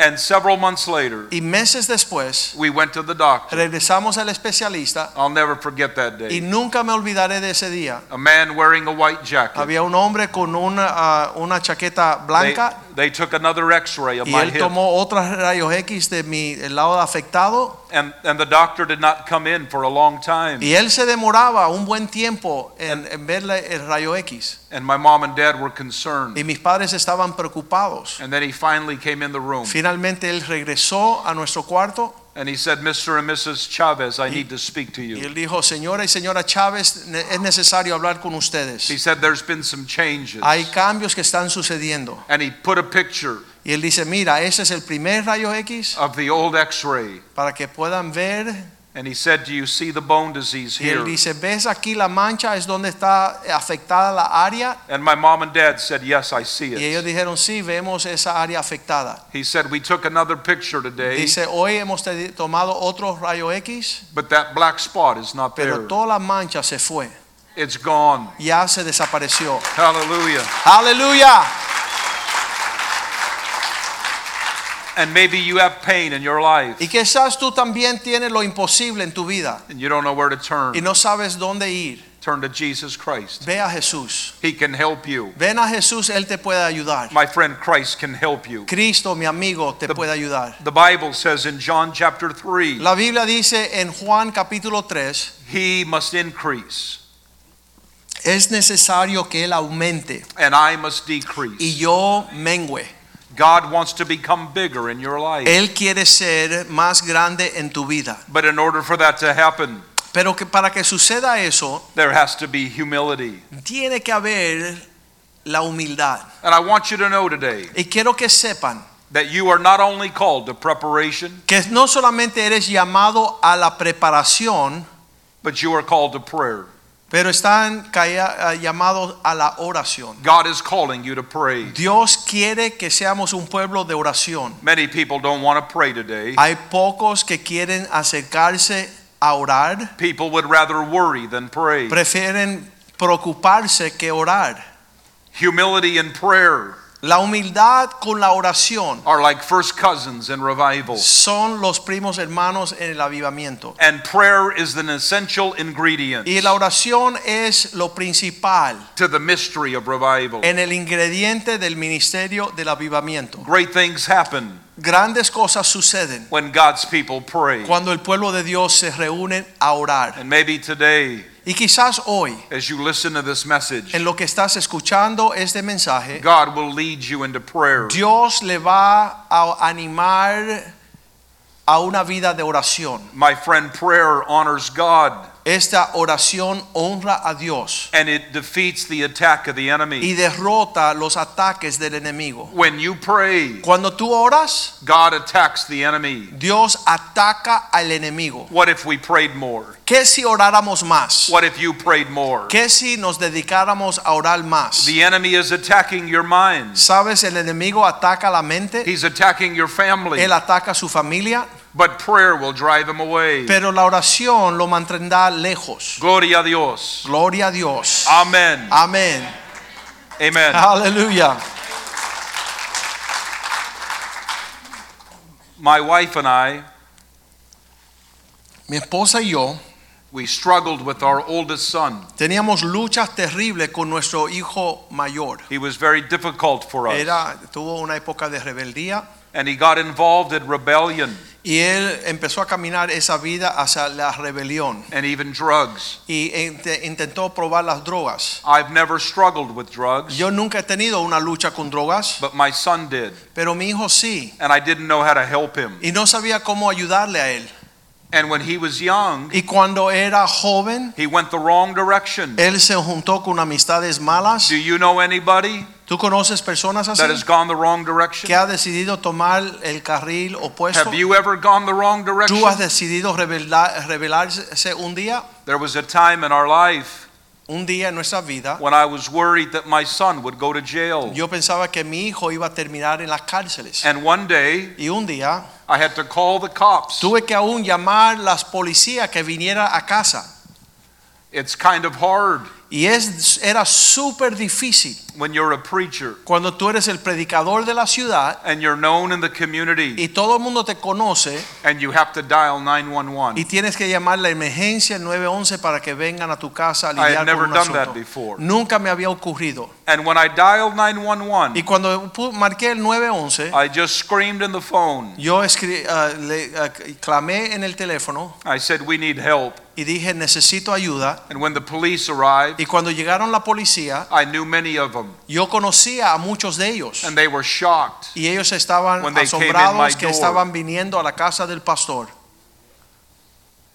Speaker 2: And several months later,
Speaker 3: y meses después
Speaker 2: we went to the doctor.
Speaker 3: regresamos al especialista
Speaker 2: I'll never forget that
Speaker 3: y
Speaker 2: day.
Speaker 3: nunca me olvidaré de ese día.
Speaker 2: A man wearing a white jacket.
Speaker 3: Había un hombre con una, ah, una chaqueta
Speaker 2: They,
Speaker 3: blanca
Speaker 2: they took another X-ray of
Speaker 3: y
Speaker 2: my
Speaker 3: él
Speaker 2: hip.
Speaker 3: tomó otros rayos X de mi el lado afectado
Speaker 2: And, and the doctor did not come in for a long time.
Speaker 3: y él se demoraba un buen tiempo en, en verle el rayo X
Speaker 2: And my mom and dad were concerned.
Speaker 3: y mis padres estaban preocupados.
Speaker 2: And then he finally came in the room
Speaker 3: Finalmente él regresó a nuestro cuarto
Speaker 2: and he said, Mr. and Mrs. Chavez, I need to speak to
Speaker 3: y
Speaker 2: you.
Speaker 3: él dijo, señora y señora Chávez, ne- es necesario hablar con ustedes.
Speaker 2: He said, There's been some changes.
Speaker 3: Hay cambios que están sucediendo.
Speaker 2: And he put a picture
Speaker 3: Y él dice, mira, ese es el primer rayo X
Speaker 2: of the old x ray.
Speaker 3: para que puedan ver.
Speaker 2: And he said, Do you see the bone disease
Speaker 3: Y él
Speaker 2: here?
Speaker 3: dice, ves aquí la mancha, es donde está afectada la área.
Speaker 2: And my mom and dad said, Yes, I see
Speaker 3: Y ellos
Speaker 2: it.
Speaker 3: dijeron, sí, vemos esa área afectada.
Speaker 2: He said, We took another picture today,
Speaker 3: Dice, hoy hemos te- tomado otro rayo X,
Speaker 2: but that black spot is not
Speaker 3: pero
Speaker 2: there.
Speaker 3: toda la mancha se fue,
Speaker 2: It's gone.
Speaker 3: ya se desapareció.
Speaker 2: Hallelujah.
Speaker 3: Aleluya.
Speaker 2: And maybe you have pain in your life
Speaker 3: Y quizás tú también tienes lo imposible en tu vida
Speaker 2: and you don't know where to turn.
Speaker 3: y no sabes dónde ir.
Speaker 2: Turn to Jesus Christ.
Speaker 3: Ve a Jesús.
Speaker 2: He can help you.
Speaker 3: Ven a Jesús, Él te puede ayudar.
Speaker 2: My friend Christ can help you.
Speaker 3: Cristo, mi amigo, te
Speaker 2: The-
Speaker 3: puede ayudar.
Speaker 2: The Bible says in John chapter 3,
Speaker 3: La Biblia dice en Juan capítulo 3,
Speaker 2: He must increase
Speaker 3: es necesario que Él aumente
Speaker 2: and I must
Speaker 3: y
Speaker 2: decrease.
Speaker 3: yo mengüe.
Speaker 2: God wants to become bigger in your life.
Speaker 3: Él quiere ser más grande en tu vida.
Speaker 2: But in order for that to happen,
Speaker 3: Pero que para que suceda eso,
Speaker 2: there has to be humility.
Speaker 3: tiene que haber la humildad.
Speaker 2: And I want you to know today
Speaker 3: Y quiero que sepan
Speaker 2: that you are not only called to preparation,
Speaker 3: que no solamente eres llamado a la preparación,
Speaker 2: but you are called to prayer.
Speaker 3: pero están calla- ah, llamados a la oración.
Speaker 2: God is calling you to pray.
Speaker 3: Dios quiere que seamos un pueblo de oración.
Speaker 2: Many people don't want to pray today.
Speaker 3: Hay pocos que quieren acercarse a orar,
Speaker 2: People would rather worry than pray.
Speaker 3: prefieren preocuparse que orar.
Speaker 2: Humility and prayer
Speaker 3: La humildad con la oración
Speaker 2: are like first cousins in revival.
Speaker 3: son los primos hermanos en el avivamiento.
Speaker 2: And prayer is an essential ingredient
Speaker 3: Y la oración es lo principal
Speaker 2: to the mystery of revival.
Speaker 3: en el ingrediente del ministerio del avivamiento.
Speaker 2: Great things happen
Speaker 3: Grandes cosas suceden
Speaker 2: when God's people pray.
Speaker 3: cuando el pueblo de Dios se reúne a orar.
Speaker 2: And maybe today,
Speaker 3: Y quizás hoy,
Speaker 2: as you listen to this message,
Speaker 3: en lo que estás escuchando este mensaje,
Speaker 2: God will lead you into prayer.
Speaker 3: Dios le va a animar a una vida de oración.
Speaker 2: My friend, prayer honors God.
Speaker 3: Esta oración honra a Dios
Speaker 2: and it defeats the attack of the
Speaker 3: y
Speaker 2: enemy.
Speaker 3: derrota los ataques del enemigo.
Speaker 2: When you pray,
Speaker 3: Cuando tú oras,
Speaker 2: God attacks the enemy.
Speaker 3: Dios ataca al enemigo.
Speaker 2: What if we prayed more?
Speaker 3: ¿Qué si oráramos más?
Speaker 2: What if you prayed more?
Speaker 3: ¿Qué si nos dedicáramos a orar más?
Speaker 2: The enemy is attacking your mind.
Speaker 3: ¿Sabes? El enemigo ataca la mente,
Speaker 2: He's attacking your family,
Speaker 3: él ataca su familia,
Speaker 2: but prayer will drive him away.
Speaker 3: pero la oración lo mantendrá lejos.
Speaker 2: Gloria a Dios.
Speaker 3: Gloria a Dios.
Speaker 2: Amen.
Speaker 3: Ah, Amén.
Speaker 2: Amen.
Speaker 3: ah. Aleluya.
Speaker 2: My wife and I,
Speaker 3: Mi esposa y yo
Speaker 2: we struggled with our oldest son.
Speaker 3: teníamos luchas terribles con nuestro hijo mayor.
Speaker 2: He was very difficult for us,
Speaker 3: Era, tuvo una época de rebeldía
Speaker 2: and he got involved in rebellion
Speaker 3: y él empezó a caminar esa vida hacia la rebelión
Speaker 2: and even drugs.
Speaker 3: y int- intentó probar las drogas.
Speaker 2: I've never struggled with drugs,
Speaker 3: Yo nunca he tenido una lucha con drogas,
Speaker 2: but my son did,
Speaker 3: pero mi hijo sí.
Speaker 2: and I didn't know how to help him.
Speaker 3: Y no sabía cómo ayudarle a él.
Speaker 2: And when he was young,
Speaker 3: Y cuando era joven,
Speaker 2: he went the wrong direction.
Speaker 3: él se juntó con amistades malas.
Speaker 2: Do you know anybody
Speaker 3: ¿Tú conoces personas así
Speaker 2: that has gone the wrong direction?
Speaker 3: que ha decidido tomar el carril opuesto?
Speaker 2: Have you ever gone the wrong direction?
Speaker 3: ¿Tú has decidido rebelar- rebelarse un día?
Speaker 2: There was a time in our life
Speaker 3: Un día en nuestra vida,
Speaker 2: when I was worried that my son would go to jail.
Speaker 3: yo pensaba que mi hijo iba a terminar en las cárceles.
Speaker 2: And one day,
Speaker 3: Y un día
Speaker 2: I had to call the cops.
Speaker 3: tuve que aún llamar las policías que vinieran a casa.
Speaker 2: It's kind of hard
Speaker 3: Y es, era súper difícil
Speaker 2: when you're a preacher
Speaker 3: cuando tú eres el predicador de la ciudad
Speaker 2: and you're known in the community
Speaker 3: y todo el mundo te conoce
Speaker 2: and you have to dial
Speaker 3: y
Speaker 2: 911.
Speaker 3: tienes que llamar la emergencia el 911 para que vengan a tu casa a
Speaker 2: I had
Speaker 3: lidiar
Speaker 2: never
Speaker 3: con un
Speaker 2: done that
Speaker 3: asunto.
Speaker 2: before.
Speaker 3: Nunca me había ocurrido.
Speaker 2: And when I dialed
Speaker 3: Y
Speaker 2: 911,
Speaker 3: cuando pu- marqué el 911,
Speaker 2: I just screamed in the phone.
Speaker 3: Yo escri- ah, le ah, clamé en el teléfono
Speaker 2: I said, We need help.
Speaker 3: y dije necesito ayuda
Speaker 2: And when the police arrived,
Speaker 3: y cuando llegaron la policía
Speaker 2: I knew many of them.
Speaker 3: yo conocía a muchos de ellos
Speaker 2: And they were shocked.
Speaker 3: y ellos estaban
Speaker 2: When they came in my
Speaker 3: asombrados que
Speaker 2: door.
Speaker 3: estaban viniendo a la casa del pastor.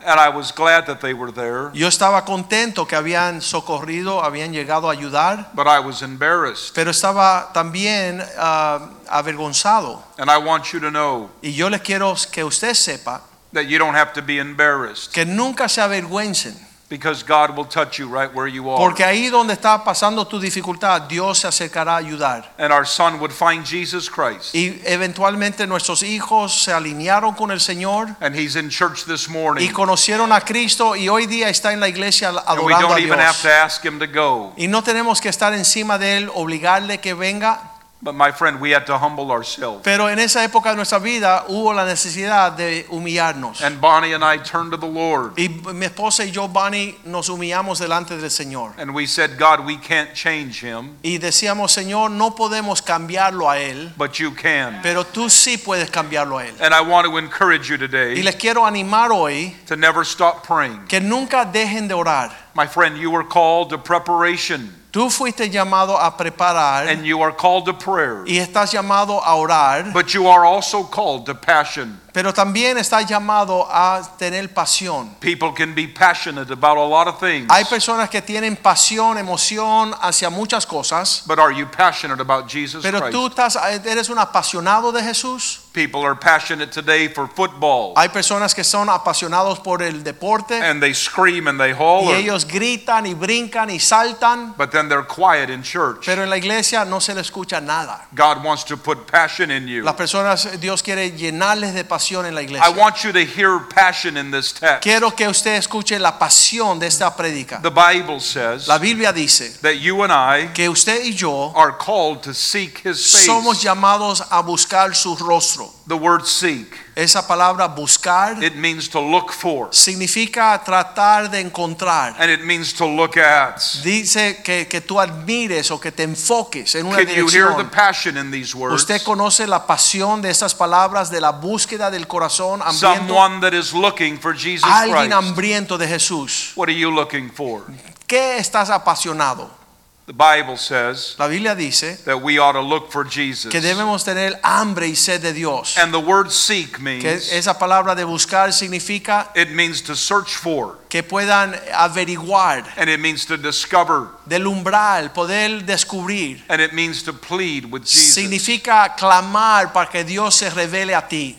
Speaker 2: And I was glad that they were there,
Speaker 3: Yo estaba contento que habían socorrido, habían llegado a ayudar,
Speaker 2: but I was embarrassed.
Speaker 3: pero estaba también ah, avergonzado.
Speaker 2: And I want you to know
Speaker 3: Y yo les quiero que usted sepa
Speaker 2: that you don't have to be embarrassed
Speaker 3: que nunca se avergüencen,
Speaker 2: because God will touch you right where you are.
Speaker 3: porque ahí donde está pasando tu dificultad, Dios se acercará a ayudar.
Speaker 2: And our son would find Jesus Christ.
Speaker 3: Y eventualmente nuestros hijos se alinearon con el Señor
Speaker 2: And he's in church this
Speaker 3: y
Speaker 2: morning.
Speaker 3: conocieron a Cristo y hoy día está en la iglesia
Speaker 2: And we
Speaker 3: adorando a
Speaker 2: don't even have
Speaker 3: Dios.
Speaker 2: to ask him to go.
Speaker 3: Y no tenemos que estar encima de él, obligarle que venga,
Speaker 2: But my friend, we had to humble ourselves.
Speaker 3: pero en esa época de nuestra vida hubo la necesidad de humillarnos.
Speaker 2: And Bonnie and I turned to the Lord
Speaker 3: Y mi esposa y yo, Bunny, nos humillamos delante del Señor.
Speaker 2: and we said, God, we can't change him,
Speaker 3: Y decíamos, Señor, no podemos cambiarlo a él,
Speaker 2: but you can.
Speaker 3: pero tú sí puedes cambiarlo a él.
Speaker 2: And I want to encourage you
Speaker 3: Y
Speaker 2: today
Speaker 3: les quiero animar hoy
Speaker 2: to never stop praying.
Speaker 3: que nunca dejen de orar.
Speaker 2: My friend, you were called to preparation
Speaker 3: Tú fuiste llamado a preparar.
Speaker 2: and you are called to prayer,
Speaker 3: y estás llamado a orar,
Speaker 2: but you are also called to passion.
Speaker 3: pero también estás llamado a tener pasión.
Speaker 2: People can be passionate about a lot of things,
Speaker 3: Hay personas que tienen pasión, emoción hacia muchas cosas,
Speaker 2: but are you passionate about Jesus
Speaker 3: pero
Speaker 2: Christ?
Speaker 3: tú estás, eres un apasionado de Jesús.
Speaker 2: People are passionate today for football.
Speaker 3: Hay personas que son apasionados por el deporte
Speaker 2: and they scream and they
Speaker 3: y
Speaker 2: holler,
Speaker 3: ellos gritan y brincan y saltan,
Speaker 2: but then they're quiet in church.
Speaker 3: pero en la iglesia no se le escucha nada.
Speaker 2: God wants to put passion in you.
Speaker 3: Las personas, Dios quiere llenarles de pasión en la
Speaker 2: I
Speaker 3: iglesia.
Speaker 2: want you to hear passion in this text.
Speaker 3: Quiero que usted escuche la pasión de esta prédica.
Speaker 2: The Bible says
Speaker 3: La Biblia dice
Speaker 2: that you and I
Speaker 3: que usted y yo
Speaker 2: are called to seek His
Speaker 3: Somos
Speaker 2: face.
Speaker 3: llamados a buscar su rostro.
Speaker 2: The word seek,
Speaker 3: Esa palabra buscar
Speaker 2: it means to look for,
Speaker 3: significa tratar de encontrar.
Speaker 2: and it means to look at.
Speaker 3: Dice que, que tú admires o que te enfoques en una
Speaker 2: Can you hear the
Speaker 3: dirección.
Speaker 2: passion in these words?
Speaker 3: Usted conoce la pasión de esas palabras de la búsqueda del corazón hambriento.
Speaker 2: Someone that is looking for Jesus
Speaker 3: Alguien
Speaker 2: Christ.
Speaker 3: hambriento de Jesús.
Speaker 2: What are you looking for?
Speaker 3: ¿Qué estás apasionado?
Speaker 2: The Bible says
Speaker 3: La Biblia dice
Speaker 2: that we ought to look for Jesus.
Speaker 3: que debemos tener hambre y sed de Dios.
Speaker 2: And the word seek
Speaker 3: Que
Speaker 2: means
Speaker 3: esa palabra de buscar significa
Speaker 2: it means to search for,
Speaker 3: que puedan averiguar,
Speaker 2: and it means to discover,
Speaker 3: delumbrar, poder descubrir.
Speaker 2: and it means to plead with Jesus.
Speaker 3: Significa clamar para que Dios se revele a ti.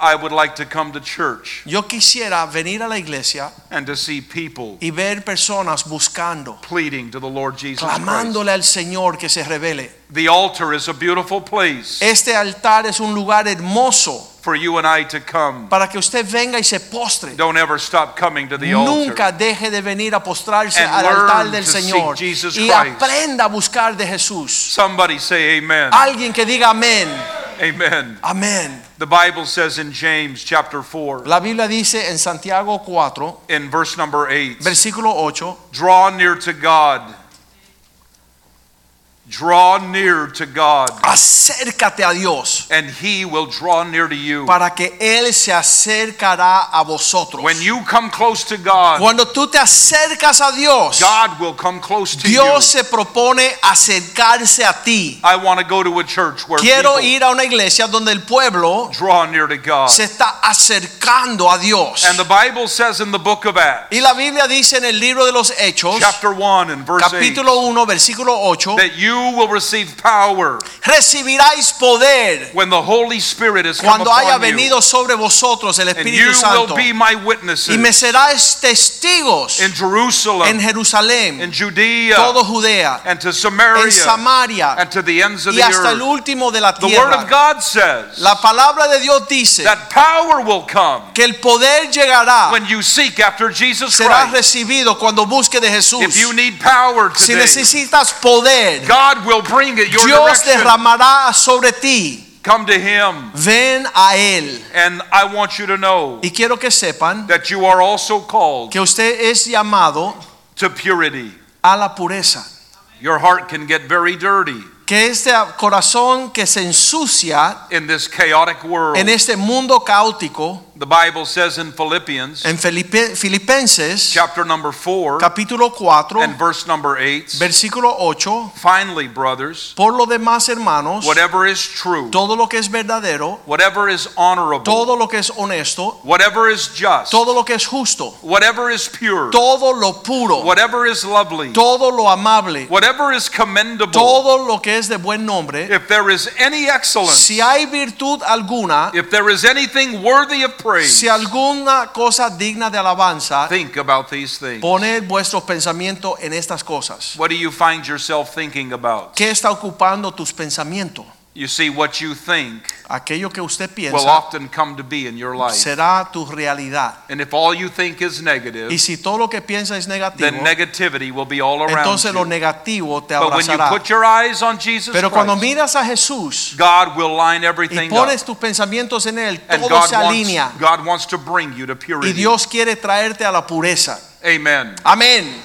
Speaker 2: I would like to come to church
Speaker 3: Yo quisiera venir a la iglesia
Speaker 2: and to see people
Speaker 3: y ver personas buscando,
Speaker 2: pleading to the Lord Jesus Christ.
Speaker 3: clamándole al Señor que se revele.
Speaker 2: The altar is a beautiful place
Speaker 3: Este altar es un lugar hermoso
Speaker 2: for you and I to come.
Speaker 3: para que usted venga y se postre.
Speaker 2: Don't ever stop coming to the altar.
Speaker 3: Nunca deje de venir a postrarse
Speaker 2: And
Speaker 3: al
Speaker 2: learn
Speaker 3: altar del
Speaker 2: to seek
Speaker 3: Señor
Speaker 2: Jesus
Speaker 3: y
Speaker 2: Christ.
Speaker 3: aprenda a buscar de Jesús.
Speaker 2: Somebody say amen.
Speaker 3: Alguien que diga amén,
Speaker 2: Amen.
Speaker 3: amén.
Speaker 2: The Bible says in James chapter 4,
Speaker 3: La Biblia dice en Santiago 4,
Speaker 2: in verse number 8,
Speaker 3: versículo 8,
Speaker 2: draw near to God. Draw near to God,
Speaker 3: acércate a Dios
Speaker 2: and he will draw near to you.
Speaker 3: para que Él se acercará a vosotros.
Speaker 2: When you come close to God,
Speaker 3: Cuando tú te acercas a Dios,
Speaker 2: God will come close to you.
Speaker 3: Dios se propone acercarse a ti.
Speaker 2: I want to go to a church where
Speaker 3: Quiero
Speaker 2: people
Speaker 3: ir a una iglesia donde el pueblo
Speaker 2: draw near to God.
Speaker 3: se está acercando a Dios.
Speaker 2: And the Bible says in the book of Acts,
Speaker 3: Y la Biblia dice en el libro de los Hechos,
Speaker 2: chapter 1 and verse 8,
Speaker 3: capítulo 1, versículo 8,
Speaker 2: that you will receive power
Speaker 3: recibiráis poder
Speaker 2: when the Holy Spirit is come
Speaker 3: cuando haya
Speaker 2: upon you.
Speaker 3: venido sobre vosotros el
Speaker 2: And you
Speaker 3: Espíritu
Speaker 2: will
Speaker 3: Santo
Speaker 2: be my
Speaker 3: y
Speaker 2: witnesses
Speaker 3: me seráis testigos
Speaker 2: in
Speaker 3: en
Speaker 2: Jerusalem, in
Speaker 3: Jerusalén,
Speaker 2: Judea,
Speaker 3: todo Judea,
Speaker 2: and to
Speaker 3: en
Speaker 2: Samaria,
Speaker 3: Samaria
Speaker 2: and to the ends of
Speaker 3: y
Speaker 2: the
Speaker 3: hasta el
Speaker 2: earth.
Speaker 3: último de la
Speaker 2: The Word of
Speaker 3: tierra.
Speaker 2: God says
Speaker 3: La palabra de Dios dice
Speaker 2: that power will come
Speaker 3: que el poder llegará,
Speaker 2: when you seek after Jesus
Speaker 3: será
Speaker 2: Christ.
Speaker 3: recibido cuando busque de Jesús.
Speaker 2: If you need power
Speaker 3: Si
Speaker 2: today,
Speaker 3: necesitas poder,
Speaker 2: God will bring it your
Speaker 3: Dios
Speaker 2: direction.
Speaker 3: derramará sobre ti.
Speaker 2: Come to Him.
Speaker 3: Ven a Él.
Speaker 2: And I want you to know
Speaker 3: Y quiero que sepan
Speaker 2: that you are also called
Speaker 3: que usted es llamado
Speaker 2: to purity.
Speaker 3: a la pureza.
Speaker 2: Your heart can get very dirty
Speaker 3: Que este corazón que se ensucia
Speaker 2: in this chaotic world.
Speaker 3: en este mundo caótico,
Speaker 2: The Bible says in Philippians,
Speaker 3: en Filipe- Filipenses
Speaker 2: chapter number 4,
Speaker 3: capítulo 4,
Speaker 2: and verse number 8.
Speaker 3: versículo 8,
Speaker 2: Finally, brothers,
Speaker 3: por lo demás hermanos,
Speaker 2: whatever is true,
Speaker 3: todo lo que es verdadero,
Speaker 2: whatever is honorable,
Speaker 3: todo lo que es honesto,
Speaker 2: whatever is just,
Speaker 3: todo lo que es justo,
Speaker 2: whatever is pure,
Speaker 3: todo lo puro,
Speaker 2: whatever is lovely,
Speaker 3: todo lo amable,
Speaker 2: whatever is commendable,
Speaker 3: todo lo que es de buen nombre,
Speaker 2: if there is any excellence,
Speaker 3: si hay virtud alguna,
Speaker 2: if there is anything worthy of praise,
Speaker 3: si alguna cosa digna de alabanza,
Speaker 2: think about these things.
Speaker 3: poned vuestros pensamientos en estas cosas.
Speaker 2: What do you find yourself thinking about?
Speaker 3: ¿Qué está ocupando tus pensamientos?
Speaker 2: You see, what you think
Speaker 3: Aquello que usted
Speaker 2: will
Speaker 3: piensa
Speaker 2: often come to be in your life.
Speaker 3: será tu realidad.
Speaker 2: And if all you think is
Speaker 3: Y
Speaker 2: negative,
Speaker 3: si todo lo que piensa es negativo,
Speaker 2: then negativity will be all around
Speaker 3: entonces lo
Speaker 2: you.
Speaker 3: negativo te
Speaker 2: But when you
Speaker 3: abrazará.
Speaker 2: put your eyes on Jesus
Speaker 3: Pero cuando
Speaker 2: Christ,
Speaker 3: miras a Jesús
Speaker 2: God will line
Speaker 3: y
Speaker 2: everything up.
Speaker 3: pones tus pensamientos en Él,
Speaker 2: And
Speaker 3: todo
Speaker 2: God
Speaker 3: se alinea.
Speaker 2: wants, God wants to bring you to
Speaker 3: Y
Speaker 2: purity.
Speaker 3: Dios quiere traerte a la pureza.
Speaker 2: Amen.
Speaker 3: Amén.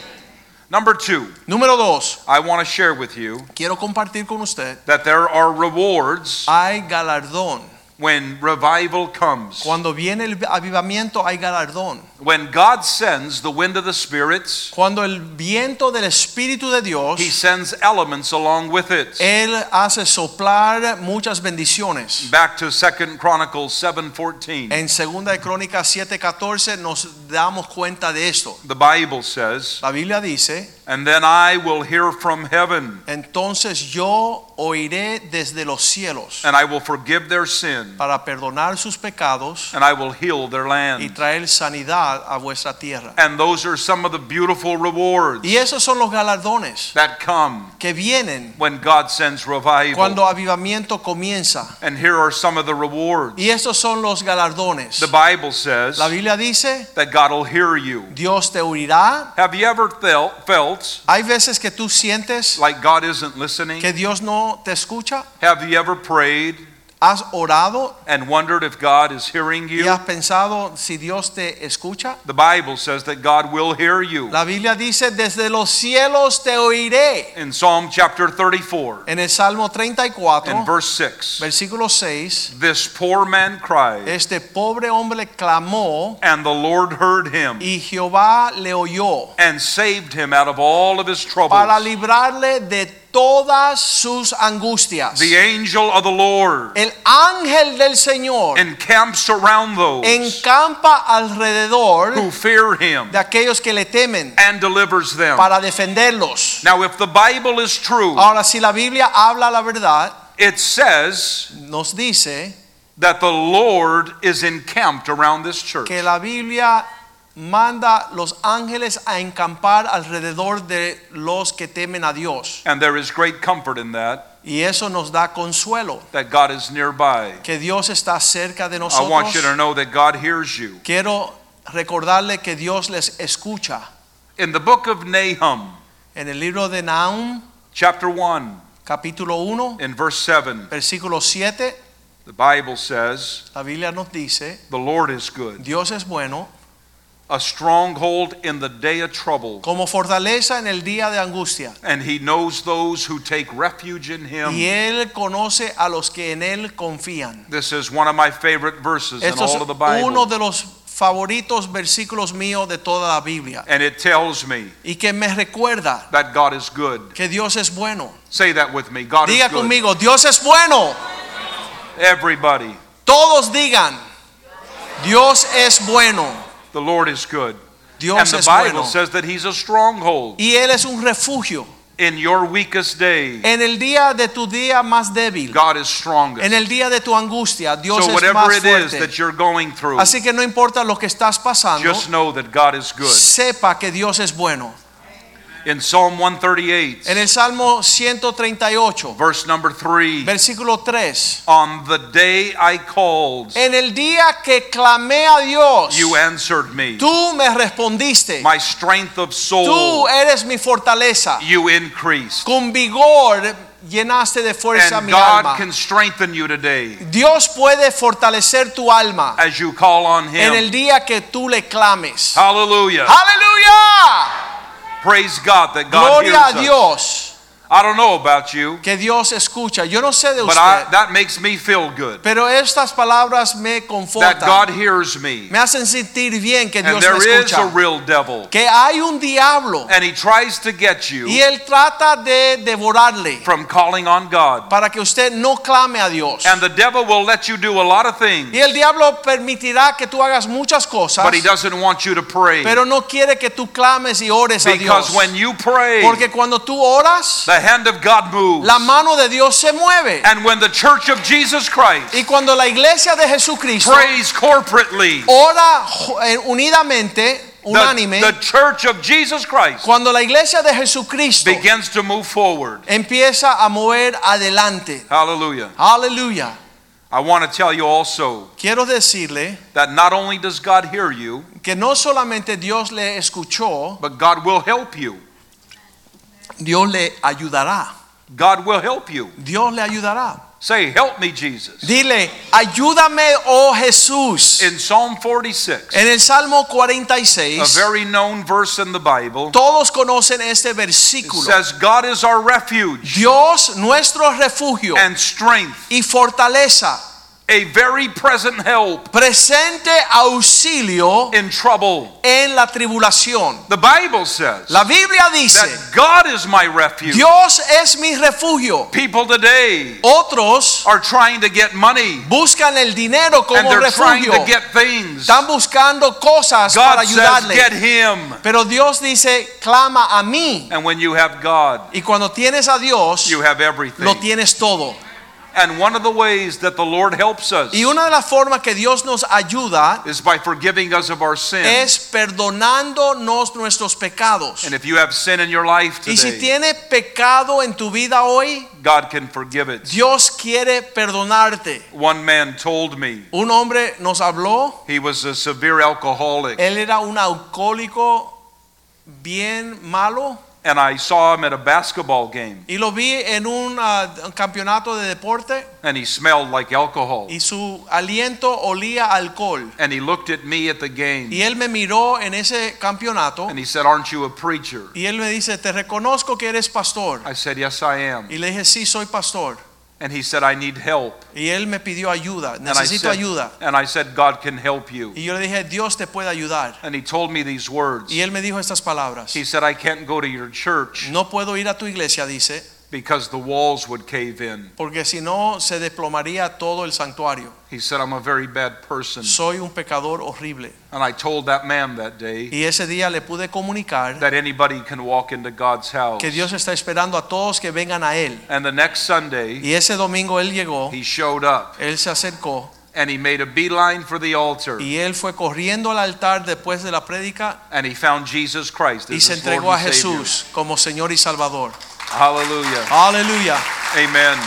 Speaker 2: Number two,
Speaker 3: Número dos,
Speaker 2: I want to share with you
Speaker 3: quiero compartir con usted.
Speaker 2: that there are rewards
Speaker 3: Hay galardón.
Speaker 2: when revival comes.
Speaker 3: Cuando viene el avivamiento hay galardón.
Speaker 2: When God sends the wind of the spirits,
Speaker 3: Cuando el viento del Espíritu de Dios,
Speaker 2: He sends elements along with it.
Speaker 3: Él hace soplar muchas bendiciones.
Speaker 2: Back to Second Chronicles 7:14.
Speaker 3: En 2 de Crónicas 7:14 nos damos cuenta de esto.
Speaker 2: The Bible says,
Speaker 3: La Biblia dice,
Speaker 2: "And then I will hear from heaven,
Speaker 3: entonces yo oiré desde los cielos
Speaker 2: and I will forgive their sin,
Speaker 3: para perdonar sus pecados
Speaker 2: and I will heal their
Speaker 3: y
Speaker 2: land."
Speaker 3: traer sanidad a vuestra tierra.
Speaker 2: And those are some of the beautiful rewards
Speaker 3: Y esos son los galardones
Speaker 2: that come
Speaker 3: que vienen
Speaker 2: when God sends revival.
Speaker 3: cuando avivamiento comienza.
Speaker 2: And here are some of the rewards.
Speaker 3: Y esos son los galardones.
Speaker 2: The Bible says
Speaker 3: La Biblia dice,
Speaker 2: that God will hear you.
Speaker 3: Dios te oirá.
Speaker 2: Have you ever felt felt
Speaker 3: Hay veces que tú sientes
Speaker 2: like God isn't listening?
Speaker 3: que Dios no te escucha.
Speaker 2: Have you ever prayed
Speaker 3: ¿Has orado
Speaker 2: and wondered if God is hearing
Speaker 3: y
Speaker 2: you?
Speaker 3: has pensado si Dios te escucha?
Speaker 2: The Bible says that God will hear you.
Speaker 3: La Biblia dice, desde los cielos te oiré.
Speaker 2: In Psalm chapter 34
Speaker 3: En el Salmo
Speaker 2: and
Speaker 3: 34,
Speaker 2: verse 6,
Speaker 3: versículo 6,
Speaker 2: this poor man cried,
Speaker 3: este pobre hombre clamó
Speaker 2: and the Lord heard him
Speaker 3: y Jehová le oyó
Speaker 2: and saved him out of all of his
Speaker 3: para
Speaker 2: troubles.
Speaker 3: librarle de todas sus angustias.
Speaker 2: The angel of the Lord
Speaker 3: El ángel del Señor
Speaker 2: encamps around those
Speaker 3: encampa alrededor
Speaker 2: who fear him
Speaker 3: de aquellos que le temen
Speaker 2: and delivers them.
Speaker 3: para Ah. defenderlos.
Speaker 2: Now, if the Bible is true,
Speaker 3: Ahora, si la Biblia habla la verdad,
Speaker 2: it says
Speaker 3: nos dice
Speaker 2: that the Lord is encamped around this church.
Speaker 3: que la Biblia manda los ángeles a encampar alrededor de los que temen a Dios.
Speaker 2: And there is great comfort in that,
Speaker 3: Y eso nos da consuelo,
Speaker 2: that God is nearby.
Speaker 3: que Dios está cerca de
Speaker 2: I want you to
Speaker 3: nosotros.
Speaker 2: know that God hears you.
Speaker 3: Quiero recordarle que Dios les escucha.
Speaker 2: In the book of Nahum,
Speaker 3: En el libro de Nahum,
Speaker 2: chapter 1,
Speaker 3: capítulo 1,
Speaker 2: in verse 7,
Speaker 3: versículo 7,
Speaker 2: the Bible says,
Speaker 3: la Biblia nos dice,
Speaker 2: The Lord is good,
Speaker 3: Dios es bueno,
Speaker 2: a stronghold in the day of trouble,
Speaker 3: como fortaleza en el día de angustia.
Speaker 2: and he knows those who take refuge in
Speaker 3: Y
Speaker 2: him.
Speaker 3: Él conoce a los que en Él confían.
Speaker 2: This is one of my favorite verses in
Speaker 3: Esto es
Speaker 2: all of the Bible.
Speaker 3: uno de los favoritos versículos míos de toda la Biblia
Speaker 2: And it tells me
Speaker 3: y que me recuerda
Speaker 2: that God is good.
Speaker 3: que Dios es bueno.
Speaker 2: Say that with me. God is
Speaker 3: Diga
Speaker 2: good.
Speaker 3: conmigo, Dios es bueno.
Speaker 2: Everybody,
Speaker 3: Todos digan, Dios es bueno.
Speaker 2: the Lord is good. And
Speaker 3: Dios
Speaker 2: the
Speaker 3: es
Speaker 2: Bible
Speaker 3: bueno.
Speaker 2: says that he's a stronghold
Speaker 3: Y Él es un refugio.
Speaker 2: in your weakest day.
Speaker 3: En el día de tu día más débil,
Speaker 2: God is strongest.
Speaker 3: en el día de tu angustia, Dios
Speaker 2: So
Speaker 3: es
Speaker 2: whatever
Speaker 3: más
Speaker 2: it is
Speaker 3: fuerte.
Speaker 2: that you're going through,
Speaker 3: Así que no importa lo que estás pasando,
Speaker 2: just know that God is good.
Speaker 3: sepa que Dios es bueno.
Speaker 2: In Psalm
Speaker 3: En
Speaker 2: 138,
Speaker 3: el Salmo 138,
Speaker 2: verse number 3,
Speaker 3: versículo 3.
Speaker 2: on the day I called,
Speaker 3: En el día que clamé a Dios,
Speaker 2: you answered me.
Speaker 3: tú me respondiste.
Speaker 2: My strength of soul,
Speaker 3: Tú eres mi fortaleza.
Speaker 2: you increased.
Speaker 3: Con vigor llenaste de fuerza
Speaker 2: And
Speaker 3: mi
Speaker 2: God
Speaker 3: alma.
Speaker 2: can strengthen you today
Speaker 3: Dios puede fortalecer tu alma
Speaker 2: as you call on
Speaker 3: en el
Speaker 2: Him.
Speaker 3: día que tú le clames.
Speaker 2: Ah. Hallelujah.
Speaker 3: Aleluya.
Speaker 2: Praise God that God
Speaker 3: Gloria a
Speaker 2: hears us.
Speaker 3: Dios
Speaker 2: I don't know about you,
Speaker 3: que Dios escucha. Yo no sé de
Speaker 2: but I,
Speaker 3: usted,
Speaker 2: that makes me feel good.
Speaker 3: pero estas palabras me
Speaker 2: That God
Speaker 3: confortan.
Speaker 2: hears me.
Speaker 3: Me hacen sentir bien que
Speaker 2: And
Speaker 3: Dios me
Speaker 2: there is a
Speaker 3: escucha.
Speaker 2: real devil.
Speaker 3: Que hay un diablo
Speaker 2: And he tries to get
Speaker 3: y
Speaker 2: you
Speaker 3: él trata de devorarle.
Speaker 2: from calling on God.
Speaker 3: para que usted no clame a Dios.
Speaker 2: And the devil will let you do a lot of things,
Speaker 3: Y el diablo permitirá que tú hagas muchas cosas,
Speaker 2: but he doesn't want you to pray.
Speaker 3: pero no quiere que tú clames y ores a Dios.
Speaker 2: Because when you pray,
Speaker 3: Porque cuando tú oras,
Speaker 2: the hand of God moves.
Speaker 3: la mano de Dios se mueve.
Speaker 2: And when the church of Jesus Christ
Speaker 3: Y cuando la iglesia de Jesucristo
Speaker 2: prays corporately,
Speaker 3: ora ju- eh, unidamente, unánime,
Speaker 2: the, the church of Jesus Christ
Speaker 3: cuando la iglesia de Jesucristo
Speaker 2: begins to move forward.
Speaker 3: empieza a mover adelante.
Speaker 2: Hallelujah.
Speaker 3: Aleluya.
Speaker 2: I want to tell you also
Speaker 3: Quiero decirle
Speaker 2: that not only does God hear you,
Speaker 3: que no solamente Dios le escuchó,
Speaker 2: but God will help you.
Speaker 3: Dios le ayudará.
Speaker 2: God will help you.
Speaker 3: Dios le ayudará.
Speaker 2: Say, help me, Jesus.
Speaker 3: Dile, ayúdame, oh Jesús.
Speaker 2: In Psalm 46,
Speaker 3: En el Salmo
Speaker 2: a
Speaker 3: 46,
Speaker 2: very known verse in the Bible,
Speaker 3: todos conocen este
Speaker 2: it
Speaker 3: versículo.
Speaker 2: says, God is our refuge
Speaker 3: Dios, nuestro refugio
Speaker 2: and strength,
Speaker 3: y fortaleza,
Speaker 2: a very present help
Speaker 3: presente auxilio
Speaker 2: in trouble.
Speaker 3: en la tribulación.
Speaker 2: The Bible says
Speaker 3: La Biblia dice,
Speaker 2: that God is my refuge.
Speaker 3: Dios es mi refugio.
Speaker 2: People today
Speaker 3: Otros
Speaker 2: are trying to get money
Speaker 3: buscan el dinero
Speaker 2: and
Speaker 3: como
Speaker 2: they're trying to
Speaker 3: refugio.
Speaker 2: get things.
Speaker 3: Están buscando cosas para
Speaker 2: God says, get
Speaker 3: ayudarle.
Speaker 2: him.
Speaker 3: Pero Dios dice, clama a mí.
Speaker 2: And when you have God,
Speaker 3: Y cuando tienes a Dios,
Speaker 2: you have everything.
Speaker 3: lo tienes todo.
Speaker 2: And one of the ways that the Lord helps us
Speaker 3: Y una de las formas que Dios nos ayuda
Speaker 2: is by forgiving us of our sin.
Speaker 3: es perdonándonos nuestros pecados.
Speaker 2: and if you have sin in your life
Speaker 3: Y si
Speaker 2: today,
Speaker 3: tiene pecado en tu vida hoy,
Speaker 2: God can forgive it.
Speaker 3: Dios quiere perdonarte.
Speaker 2: One man told me
Speaker 3: Un hombre nos habló,
Speaker 2: he was a severe alcoholic
Speaker 3: él era un alcohólico bien malo
Speaker 2: and I saw him at a basketball game,
Speaker 3: Y lo vi en un ah, un campeonato de deporte
Speaker 2: and he smelled like alcohol.
Speaker 3: y su aliento olía a alcohol.
Speaker 2: And he looked at me at the game,
Speaker 3: Y él me miró en ese campeonato
Speaker 2: and he said, Aren't you a preacher?
Speaker 3: y él me dice, te reconozco que eres pastor.
Speaker 2: I said, Yes, I am.
Speaker 3: Y le dije, sí, soy pastor.
Speaker 2: And he said, I need help.
Speaker 3: Y él me pidió ayuda,
Speaker 2: And I,
Speaker 3: necesito
Speaker 2: said,
Speaker 3: ayuda.
Speaker 2: and I said, God can help you.
Speaker 3: Y yo le dije, Dios te puede ayudar.
Speaker 2: And he told me these words.
Speaker 3: Y él me dijo estas palabras.
Speaker 2: He said, I can't go to your church
Speaker 3: No puedo ir a tu iglesia, dice,
Speaker 2: because the walls would cave in.
Speaker 3: porque si no se desplomaría todo el santuario.
Speaker 2: He said, I'm a very bad person.
Speaker 3: Soy un pecador horrible.
Speaker 2: And I told that man that day
Speaker 3: Y ese día le pude comunicar
Speaker 2: that anybody can walk into God's house.
Speaker 3: que Dios está esperando a todos que vengan a Él.
Speaker 2: And the next Sunday,
Speaker 3: Y ese domingo Él llegó,
Speaker 2: he showed up
Speaker 3: Él se acercó
Speaker 2: and he made a beeline for the altar
Speaker 3: y Él fue corriendo al altar después de la prédica
Speaker 2: and he found Jesus Christ
Speaker 3: y
Speaker 2: as
Speaker 3: se
Speaker 2: his Lord
Speaker 3: entregó a
Speaker 2: and Savior.
Speaker 3: Jesús como Señor y Salvador.
Speaker 2: Hallelujah.
Speaker 3: Aleluya.
Speaker 2: Amen.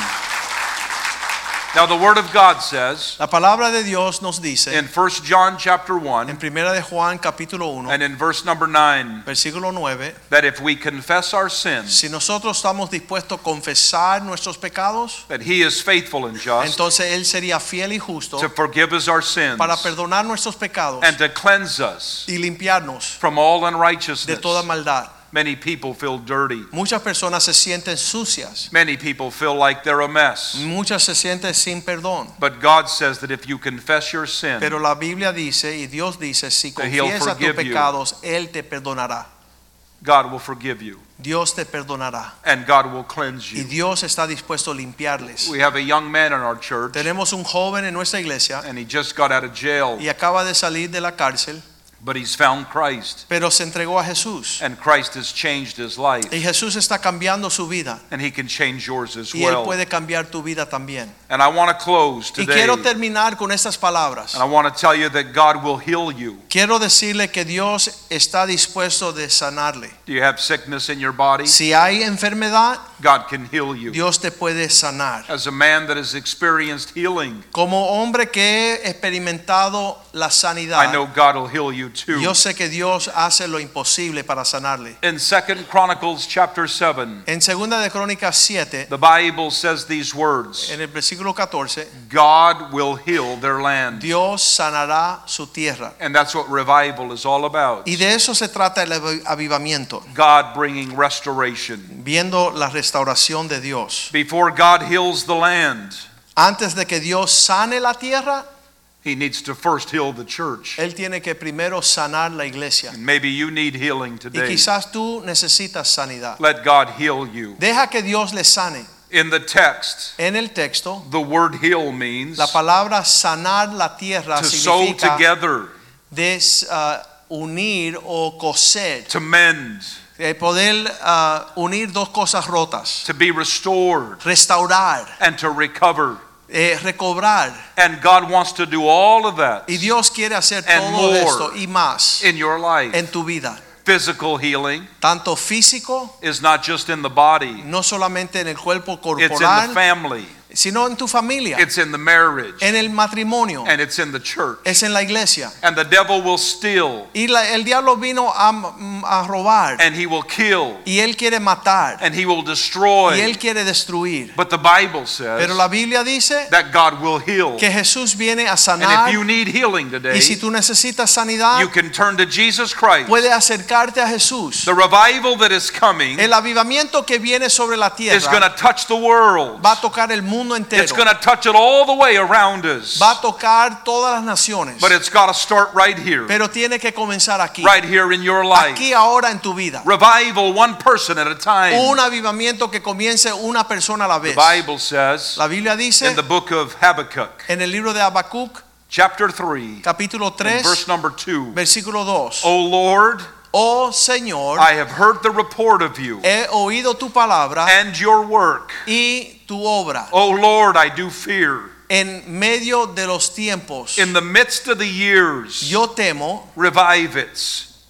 Speaker 2: Now the word of God says
Speaker 3: La palabra de Dios nos dice
Speaker 2: in 1 John chapter
Speaker 3: en
Speaker 2: 1
Speaker 3: primera de Juan capítulo 1,
Speaker 2: and in verse number 9
Speaker 3: versículo 9,
Speaker 2: that if we confess our sins
Speaker 3: si nosotros estamos dispuestos a confesar nuestros pecados,
Speaker 2: that he is faithful and just
Speaker 3: entonces Él sería fiel y justo
Speaker 2: to forgive us our sins
Speaker 3: para perdonar nuestros pecados
Speaker 2: and to cleanse us
Speaker 3: y limpiarnos
Speaker 2: from all
Speaker 3: de
Speaker 2: unrighteousness.
Speaker 3: toda maldad.
Speaker 2: Many people feel dirty.
Speaker 3: Muchas personas se sienten sucias,
Speaker 2: Many people feel like they're a mess.
Speaker 3: muchas se sienten sin perdón,
Speaker 2: But God says that if you confess your sin,
Speaker 3: pero la Biblia dice y Dios dice, si
Speaker 2: That he'll
Speaker 3: confiesas tus
Speaker 2: forgive you.
Speaker 3: pecados, Él te perdonará,
Speaker 2: God will forgive you
Speaker 3: Dios te perdonará
Speaker 2: and God will cleanse
Speaker 3: y
Speaker 2: you.
Speaker 3: Dios está dispuesto a limpiarles.
Speaker 2: We have a young man in our church
Speaker 3: Tenemos un joven en nuestra iglesia
Speaker 2: and he just got out of jail,
Speaker 3: y acaba de salir de la cárcel,
Speaker 2: but he's found Christ
Speaker 3: pero se entregó a Jesús.
Speaker 2: and Christ has changed his life
Speaker 3: Y Jesús está cambiando su vida
Speaker 2: and he can change yours as
Speaker 3: y Él
Speaker 2: well.
Speaker 3: puede cambiar tu vida también.
Speaker 2: And I want to close
Speaker 3: Y
Speaker 2: today
Speaker 3: quiero
Speaker 2: and
Speaker 3: terminar con estas palabras.
Speaker 2: I want to tell you that God will heal you.
Speaker 3: Quiero decirle que Dios está dispuesto de sanarle.
Speaker 2: Do you have sickness in your body?
Speaker 3: Si hay enfermedad,
Speaker 2: God can heal you.
Speaker 3: Dios te puede sanar.
Speaker 2: As a man that has experienced healing,
Speaker 3: Como hombre que he experimentado la
Speaker 2: I
Speaker 3: sanidad,
Speaker 2: know God will heal you too.
Speaker 3: yo sé que Dios hace lo imposible para sanarle.
Speaker 2: In 2nd Chronicles chapter 7,
Speaker 3: En segunda de Crónicas 7,
Speaker 2: the Bible says these words,
Speaker 3: en el versículo 14,
Speaker 2: God will heal their land.
Speaker 3: Dios sanará su tierra.
Speaker 2: And that's what revival is all about.
Speaker 3: Y de eso se trata el avi- avivamiento,
Speaker 2: God bringing restoration.
Speaker 3: viendo la restauración de Dios.
Speaker 2: Before God heals the land,
Speaker 3: Antes de que Dios sane la tierra,
Speaker 2: he needs to first heal the church.
Speaker 3: Él tiene que primero sanar la iglesia.
Speaker 2: And maybe you need healing
Speaker 3: Y
Speaker 2: today.
Speaker 3: quizás tú necesitas sanidad.
Speaker 2: Let God heal you.
Speaker 3: Deja que Dios le sane.
Speaker 2: In the text,
Speaker 3: En el texto,
Speaker 2: the word heal means
Speaker 3: la palabra sanar la tierra
Speaker 2: to sew
Speaker 3: significa
Speaker 2: together,
Speaker 3: des- ah, unir o coser,
Speaker 2: to mend,
Speaker 3: Eh, poder ah, unir dos cosas rotas,
Speaker 2: to be restored,
Speaker 3: restaurar,
Speaker 2: and to recover.
Speaker 3: eh, recobrar.
Speaker 2: And God wants to do all of that
Speaker 3: Y Dios quiere hacer
Speaker 2: And
Speaker 3: todo
Speaker 2: more.
Speaker 3: esto y más
Speaker 2: in your life.
Speaker 3: en tu vida,
Speaker 2: Physical healing
Speaker 3: tanto físico,
Speaker 2: is not just in the body,
Speaker 3: no solamente en el cuerpo
Speaker 2: it's in the
Speaker 3: corporal,
Speaker 2: family,
Speaker 3: sino en tu familia,
Speaker 2: it's in the marriage,
Speaker 3: en el matrimonio,
Speaker 2: and it's in the church.
Speaker 3: es en la iglesia.
Speaker 2: And the devil will steal,
Speaker 3: Y la- el diablo vino a, mm, a robar
Speaker 2: and he will kill,
Speaker 3: y él quiere matar
Speaker 2: and he will
Speaker 3: y
Speaker 2: destroy.
Speaker 3: él quiere destruir.
Speaker 2: But the Bible says
Speaker 3: Pero la Biblia dice
Speaker 2: that God will heal.
Speaker 3: que Jesús viene a
Speaker 2: And
Speaker 3: sanar
Speaker 2: if you need healing today,
Speaker 3: y si tú necesitas sanidad,
Speaker 2: you can turn to Jesus Christ.
Speaker 3: puedes acercarte a Jesús.
Speaker 2: The revival that is coming
Speaker 3: El avivamiento que viene sobre la
Speaker 2: is going
Speaker 3: tierra
Speaker 2: to touch the world.
Speaker 3: va a tocar el mundo entero,
Speaker 2: It's going to touch it all the way around us.
Speaker 3: va a tocar todas las naciones,
Speaker 2: But it's got to start right here.
Speaker 3: pero tiene que comenzar aquí,
Speaker 2: Right here in your life.
Speaker 3: aquí ahora en tu vida.
Speaker 2: Revival one person at a time.
Speaker 3: Un avivamiento que comience una persona a la
Speaker 2: The
Speaker 3: vez.
Speaker 2: Bible says
Speaker 3: La Biblia dice
Speaker 2: in the book of Habakkuk,
Speaker 3: en el libro de Habacuc,
Speaker 2: chapter 3,
Speaker 3: capítulo
Speaker 2: and
Speaker 3: 3,
Speaker 2: verse number 2.
Speaker 3: versículo 2.
Speaker 2: O Lord,
Speaker 3: Oh Señor,
Speaker 2: I have heard the report of you
Speaker 3: he oído tu palabra
Speaker 2: and your work.
Speaker 3: y tu obra
Speaker 2: O Lord, I do fear.
Speaker 3: en medio de los tiempos.
Speaker 2: In the midst of the years,
Speaker 3: Yo temo
Speaker 2: revive it.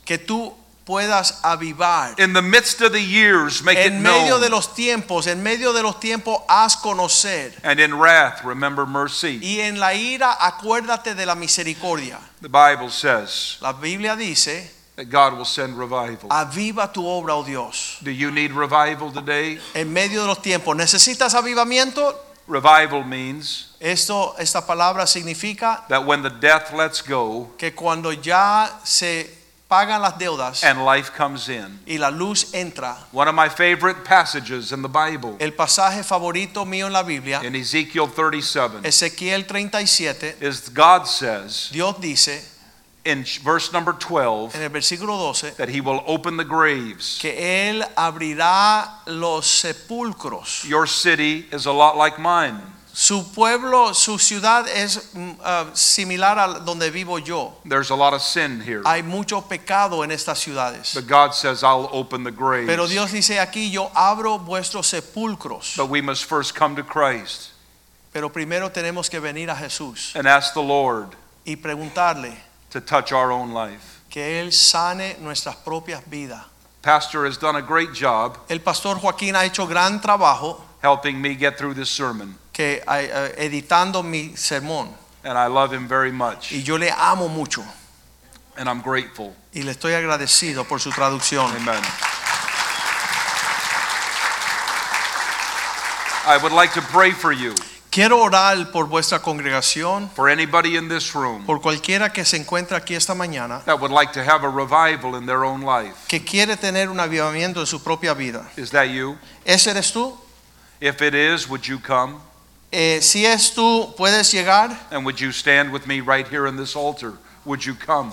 Speaker 3: que tú puedas avivar.
Speaker 2: In the midst of the years, make it
Speaker 3: En medio de
Speaker 2: known.
Speaker 3: los tiempos, en medio de los tiempos, haz conocer.
Speaker 2: And in wrath, remember mercy.
Speaker 3: Y en la ira, acuérdate de la misericordia.
Speaker 2: The Bible says,
Speaker 3: La Biblia dice
Speaker 2: that God will send revival.
Speaker 3: Ah. Aviva tu obra, oh Dios.
Speaker 2: Do you need revival today?
Speaker 3: En medio de los tiempos, ¿necesitas avivamiento?
Speaker 2: Revival means
Speaker 3: Esto, esta palabra significa
Speaker 2: that when the death lets go
Speaker 3: que cuando ya se pagan las deudas
Speaker 2: and life comes in.
Speaker 3: y la luz entra,
Speaker 2: One of my favorite passages in the Bible
Speaker 3: el pasaje favorito mío en la Biblia,
Speaker 2: in Ezekiel 37
Speaker 3: Ezequiel 37,
Speaker 2: is God says
Speaker 3: Dios dice
Speaker 2: in ch- verse number 12
Speaker 3: en el versículo 12
Speaker 2: that he will open the graves.
Speaker 3: que Él abrirá los sepulcros.
Speaker 2: Your city is a lot like mine.
Speaker 3: Su pueblo, su ciudad es mm, ah, similar a donde vivo yo.
Speaker 2: There's a lot of sin here.
Speaker 3: Hay mucho pecado en estas ciudades.
Speaker 2: But God says, I'll open the graves.
Speaker 3: Pero Dios dice aquí, yo abro vuestros sepulcros.
Speaker 2: But we must first come to Christ
Speaker 3: Pero primero tenemos que venir a Jesús
Speaker 2: and ask the Lord
Speaker 3: y preguntarle
Speaker 2: to touch our own life.
Speaker 3: que Él sane nuestras propias vidas.
Speaker 2: Pastor has done a great job
Speaker 3: El pastor Joaquín ha hecho gran trabajo
Speaker 2: helping me get through this sermon,
Speaker 3: que, ah, ah, editando mi sermón
Speaker 2: and I love him very much,
Speaker 3: y yo le amo mucho
Speaker 2: and I'm grateful.
Speaker 3: y le estoy agradecido por su traducción.
Speaker 2: Amen. I would like to pray for you,
Speaker 3: Quiero orar por vuestra congregación,
Speaker 2: for anybody in this room
Speaker 3: por cualquiera que se encuentra aquí esta mañana,
Speaker 2: that would like to have a revival in their own life.
Speaker 3: que quiere tener un avivamiento en su propia vida.
Speaker 2: Is that you?
Speaker 3: ¿Ese eres tú?
Speaker 2: If it is, would you come?
Speaker 3: Eh, si es tú, puedes llegar.
Speaker 2: And would you stand with me right here in this altar? Would you come?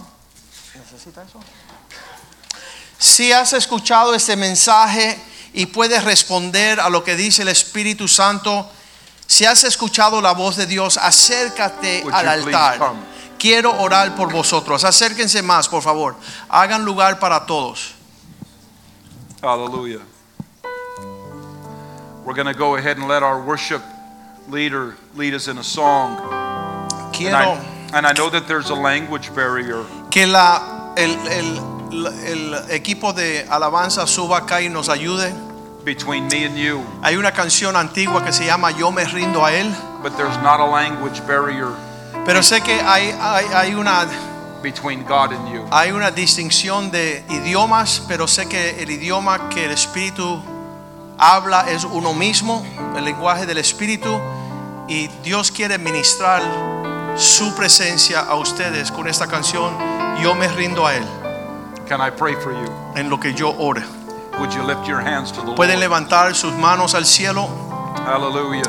Speaker 3: Si has escuchado este mensaje y puedes responder a lo que dice el Espíritu Santo, si has escuchado la voz de Dios, acércate
Speaker 2: Would
Speaker 3: al
Speaker 2: you please
Speaker 3: altar.
Speaker 2: come?
Speaker 3: Quiero orar por vosotros. Acérquense más, por favor. Hagan lugar para todos.
Speaker 2: Hallelujah. We're going to go ahead and let our worship leader lead us in a song. And
Speaker 3: Quiero.
Speaker 2: I, and I know that there's a language barrier.
Speaker 3: Que la, el, el- la- el equipo de alabanza suba acá y nos ayude.
Speaker 2: between me and you,
Speaker 3: Hay una canción antigua que se llama Yo me rindo a Él,
Speaker 2: but there's not a language barrier
Speaker 3: pero sé que hay, hay, hay una,
Speaker 2: between God and you.
Speaker 3: hay una distinción de idiomas, pero sé que el idioma que el Espíritu habla es uno mismo, el lenguaje del Espíritu, y Dios quiere ministrar su presencia a ustedes con esta canción Yo me rindo a Él,
Speaker 2: Can I pray for you?
Speaker 3: en lo que yo ore.
Speaker 2: Would you lift your hands to the
Speaker 3: Pueden
Speaker 2: Lord?
Speaker 3: levantar sus manos al cielo.
Speaker 2: Hallelujah.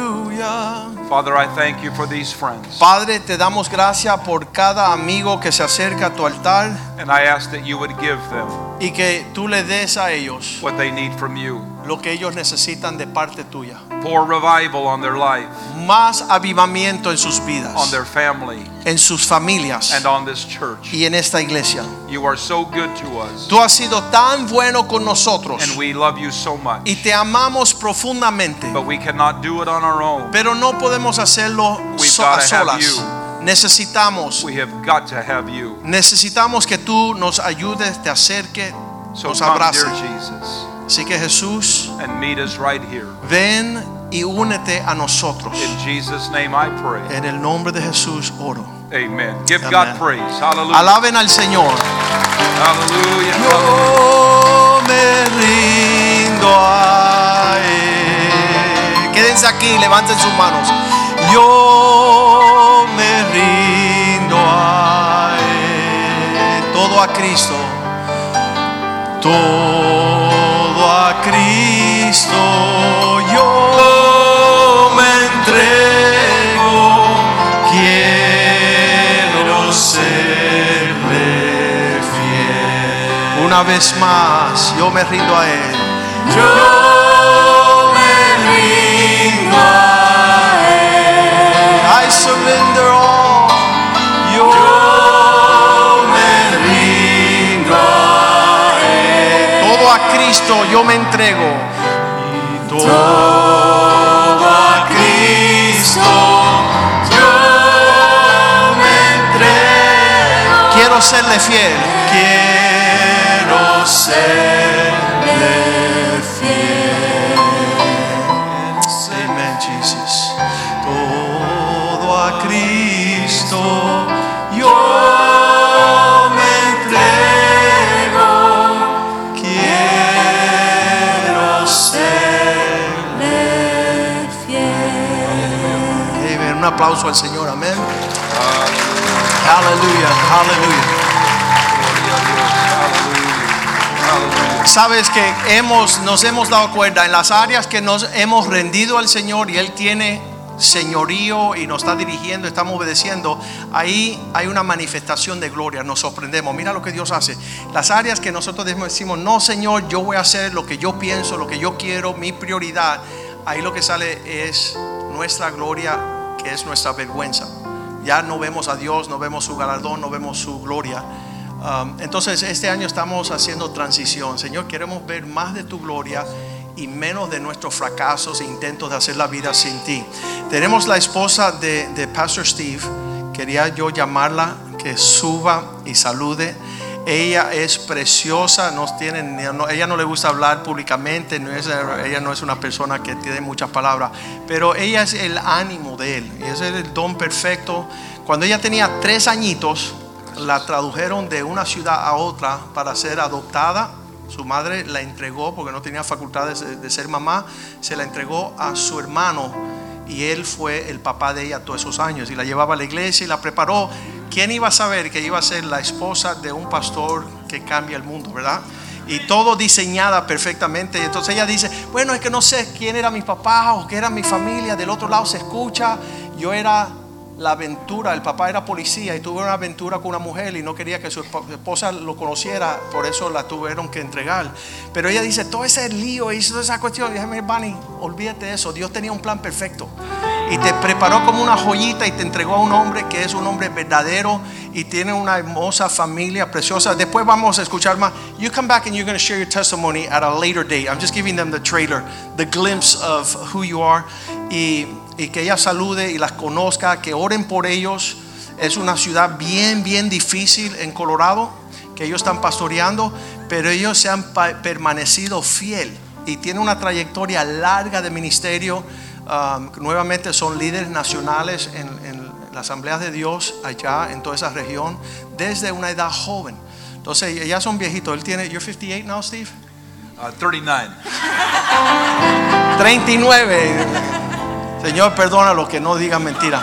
Speaker 3: Aleluya.
Speaker 2: Father, I thank you for these friends.
Speaker 3: Padre, te damos gracias por cada amigo que se acerca a tu altar
Speaker 2: And I ask that you would give them
Speaker 3: y que tú le des a ellos
Speaker 2: what they need from you.
Speaker 3: lo que ellos necesitan de parte tuya.
Speaker 2: Pour revival on their life,
Speaker 3: Más avivamiento en sus
Speaker 2: on
Speaker 3: vidas,
Speaker 2: their family,
Speaker 3: en sus familias
Speaker 2: and on this church.
Speaker 3: y en esta iglesia.
Speaker 2: You are so good to us,
Speaker 3: Tú has sido tan bueno con nosotros
Speaker 2: and we love you so much.
Speaker 3: y te amamos profundamente,
Speaker 2: But we cannot do it on our own.
Speaker 3: pero no podemos hacerlo
Speaker 2: We've
Speaker 3: so- a
Speaker 2: gotta have
Speaker 3: solas. Necesitamos,
Speaker 2: We have got to have you.
Speaker 3: necesitamos que tú nos ayudes, te acerques,
Speaker 2: So
Speaker 3: nos
Speaker 2: come, dear
Speaker 3: abraces.
Speaker 2: Jesus,
Speaker 3: Así que Jesús.
Speaker 2: and meet us right here.
Speaker 3: Ven y únete a nosotros.
Speaker 2: In Jesus' name I pray.
Speaker 3: En el nombre de Jesús oro.
Speaker 2: Amen. Give
Speaker 3: Amen.
Speaker 2: God praise. Hallelujah.
Speaker 3: Alaben al Señor.
Speaker 2: Hallelujah.
Speaker 3: Yo me rindo a Él. Quédense aquí, levanten sus manos. Yo me rindo a Él. Todo a Cristo. Todo a Cristo. Yo me entrego. Quiero serle fiel. Una vez más, yo me rindo a Él. Yo me rindo a Él. I surrender all. Yo, me rindo a Él. Todo a Cristo yo me entrego. Todo a Cristo yo me entrego. Quiero serle fiel. Quiero serle fiel. Amen, Jesus. Todo a Cristo yo me entrego. aplauso al Señor. Amén. Aleluya, aleluya. Sabes que hemos, nos hemos dado cuenta en las áreas que nos hemos rendido al Señor y Él tiene señorío y nos está dirigiendo, estamos obedeciendo, ahí hay una manifestación de gloria, nos sorprendemos, mira lo que Dios hace. Las áreas que nosotros decimos, no Señor, yo voy a hacer lo que yo pienso, lo que yo quiero, mi prioridad, ahí lo que sale es nuestra gloria, que es nuestra vergüenza. Ya no vemos a Dios, no vemos su galardón, no vemos su gloria. Um, entonces este año estamos haciendo transición. Señor, queremos ver más de tu gloria y menos de nuestros fracasos e intentos de hacer la vida sin ti. Tenemos la esposa de, de Pastor Steve. Quería yo llamarla que suba y salude. Ella es preciosa, no tiene, no- ella no le gusta hablar públicamente, no es- ella no es una persona que tiene muchas palabras, pero ella es el ánimo de él, y ese es el don perfecto. Cuando ella tenía tres añitos, la tradujeron de una ciudad a otra para ser adoptada. Su madre la entregó porque no tenía facultades de, de ser mamá, se la entregó a su hermano y él fue el papá de ella todos esos años y la llevaba a la iglesia y la preparó. ¿Quién iba a saber que iba a ser la esposa de un pastor que cambia el mundo, verdad? y todo diseñada perfectamente. Y entonces ella dice, bueno, es que no sé quién era mi papá o qué era mi familia. Del otro lado se escucha, yo era la aventura, el papá era policía y tuve una aventura con una mujer y no quería que su esp- esposa lo conociera, por eso la tuvieron que entregar. Pero ella dice, todo ese lío y toda esa cuestión, déjame, Bunny, olvídate de eso, Dios tenía un plan perfecto y te preparó como una joyita y te entregó a un hombre que es un hombre verdadero y tiene una hermosa familia preciosa. Después vamos a escuchar más. You come back and you're going to share your testimony at a later date. I'm just giving them the trailer, the glimpse of who you are y, y que ella salude y las conozca, que oren por ellos. Es una ciudad bien, bien difícil en Colorado que ellos están pastoreando, pero ellos se han pa- permanecido fiel y tienen una trayectoria larga de ministerio. Um, nuevamente son líderes nacionales en, en la Asamblea de Dios allá en toda esa región desde una edad joven. Entonces ya son viejitos. Él tiene, you're 58 now, Steve.
Speaker 2: Uh, 39.
Speaker 3: 39. Señor, perdona lo que no digan mentira.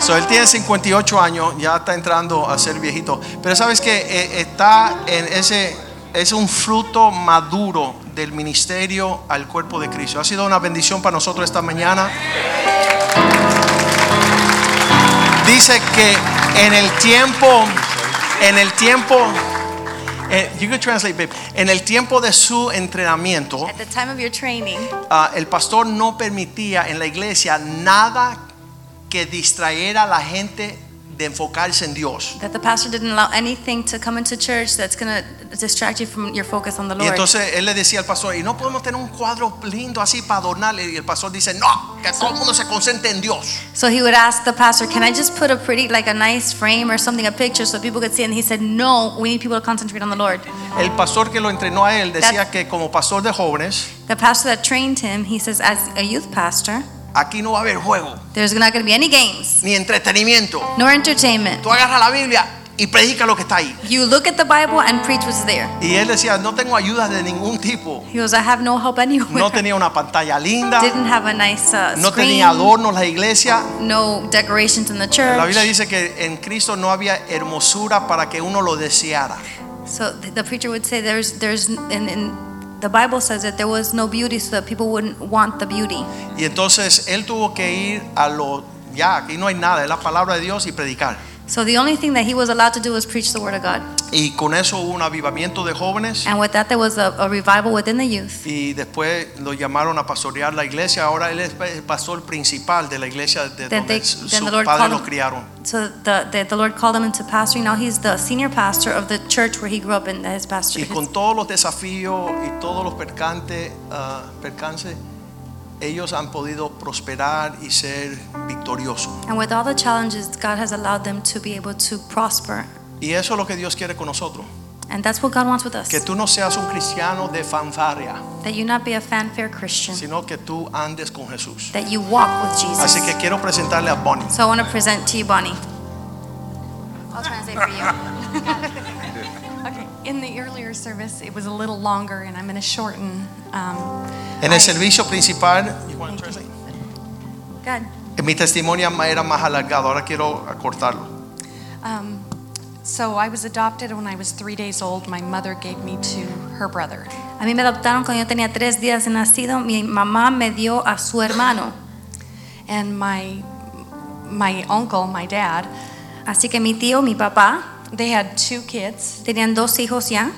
Speaker 3: So, él tiene 58 años, ya está entrando a ser viejito. Pero sabes que está en ese, es un fruto maduro del ministerio al cuerpo de Cristo. Ha sido una bendición para nosotros esta mañana. Dice que en el tiempo, en el tiempo, eh, you can translate, babe. en el tiempo de su entrenamiento.
Speaker 4: At the time of your training,
Speaker 3: Ah, el pastor no permitía en la iglesia nada que distrayera a la gente de enfocarse en Dios.
Speaker 4: that the pastor didn't allow anything to come into church that's going to distract you from your focus on the
Speaker 3: Y
Speaker 4: Lord.
Speaker 3: entonces él le decía al pastor, y no podemos tener un cuadro lindo así para adornarle. Y el pastor dice, no, que todo el mundo se concentre en Dios.
Speaker 4: so he would ask the pastor, "Can I just put a pretty, like a nice frame or something, a picture, so people could see?" And he said, "No, we need people to concentrate on the Lord."
Speaker 3: El pastor que lo entrenó a él decía
Speaker 4: That's-
Speaker 3: que como pastor de jóvenes,
Speaker 4: The pastor that trained him, he says, "As a youth pastor,
Speaker 3: aquí no va a haber juego,
Speaker 4: there's not going to be any games
Speaker 3: ni entretenimiento.
Speaker 4: nor entertainment.
Speaker 3: Tú agarras la Biblia y predica lo que está ahí.
Speaker 4: You look at the Bible and preach what's there."
Speaker 3: Y él decía, no tengo ayuda de ningún tipo.
Speaker 4: He goes, "I have no help anywhere.
Speaker 3: No tenía una pantalla linda,
Speaker 4: Didn't have a nice uh,
Speaker 3: no
Speaker 4: screen.
Speaker 3: tenía adornos la iglesia.
Speaker 4: no decorations in the church."
Speaker 3: La Biblia dice que en Cristo no había hermosura para que uno lo deseara.
Speaker 4: So th- the preacher would say, "There's, there's, and, and the Bible says that there was no beauty, so that people wouldn't want the beauty."
Speaker 3: Y entonces él tuvo que ir a lo ya, aquí no hay nada, es la palabra de Dios y predicar.
Speaker 4: So the only thing that he was allowed to do was preach the word of God,
Speaker 3: Y con eso hubo un avivamiento de jóvenes
Speaker 4: and with that there was a, a revival within the youth.
Speaker 3: y después lo llamaron a pastorear la iglesia. Ahora él es pa- el pastor principal de la iglesia de
Speaker 4: Then
Speaker 3: donde
Speaker 4: they-
Speaker 3: su
Speaker 4: then the Lord
Speaker 3: padre
Speaker 4: called
Speaker 3: lo
Speaker 4: him.
Speaker 3: criaron.
Speaker 4: So the, the the Lord called him into pastoring. Now he's the senior pastor of the church where he grew up in that his pastor.
Speaker 3: Y con todos los desafíos y todos los percantes, ah, percances, ellos han podido prosperar y ser victoriosos.
Speaker 4: And with all the challenges, God has allowed them to be able to prosper,
Speaker 3: Y eso es lo que Dios quiere con nosotros.
Speaker 4: and that's what God wants with us.
Speaker 3: Que tú no seas un cristiano de fanfarria,
Speaker 4: That you not be a fanfare Christian.
Speaker 3: sino que tú andes con Jesús.
Speaker 4: That you walk with Jesus.
Speaker 3: Así que quiero presentarle a Bonnie.
Speaker 4: So I want to present to you Bonnie. I'll translate for you.
Speaker 5: Okay, in the earlier service, it was a little longer, and I'm going to shorten. Um,
Speaker 3: En el servicio principal,
Speaker 5: God,
Speaker 3: Mi testimonio era más alargado, ahora quiero acortarlo.
Speaker 5: Um, so I was adopted when I was three days old. My mother gave me to her brother.
Speaker 4: A mí me adoptaron cuando yo tenía tres días de nacido. Mi mamá me dio a su hermano.
Speaker 5: And my, my uncle, my dad,
Speaker 4: Así que mi tío, mi papá,
Speaker 5: they had two kids,
Speaker 4: tenían dos hijos ya.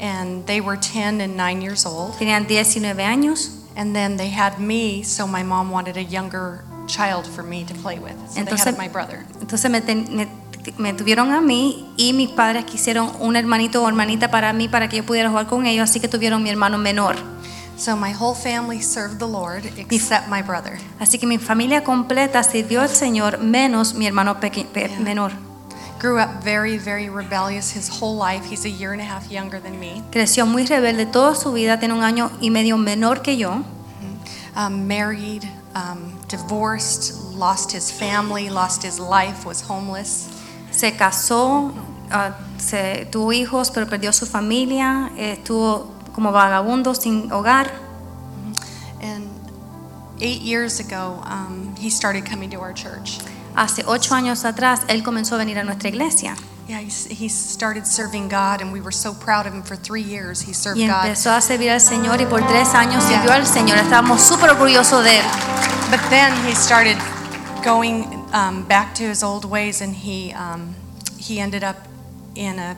Speaker 5: and they were 10 and 9 years old.
Speaker 4: Tenían 19 años.
Speaker 5: And then they had me, so my mom wanted a younger child for me to play with. So they
Speaker 4: Entonces-
Speaker 5: had my brother.
Speaker 4: Entonces me, ten- me- me tuvieron a mí y mis padres quisieron un hermanito o hermanita para mí para que yo pudiera jugar con ellos. Así que tuvieron mi hermano menor.
Speaker 5: So my whole family served the Lord except my brother.
Speaker 4: Así que mi familia completa sirvió al Señor menos mi hermano peque- pe-
Speaker 5: Yeah.
Speaker 4: menor.
Speaker 5: Grew up very, very rebellious his whole life. He's a year and a half younger than me.
Speaker 4: Creció muy rebelde toda su vida, tiene un año y medio menor que yo.
Speaker 5: Um, married, um, divorced, lost his family, lost his life, was homeless.
Speaker 4: Se casó, ah, se- tuvo hijos, pero perdió su familia, eh, estuvo como vagabundo sin hogar.
Speaker 5: And eight years ago, um, he started coming to our church.
Speaker 4: Hace ocho años atrás, él comenzó a venir a nuestra iglesia
Speaker 5: Yeah, he, s- he started serving God, and we were so proud of him for three years. He served
Speaker 4: y
Speaker 5: God.
Speaker 4: empezó a servir al Señor y por tres años
Speaker 5: Yeah.
Speaker 4: sirvió al Señor. Estábamos súper orgullosos de él.
Speaker 5: But then he started going um, back to his old ways, and he um, he ended up in a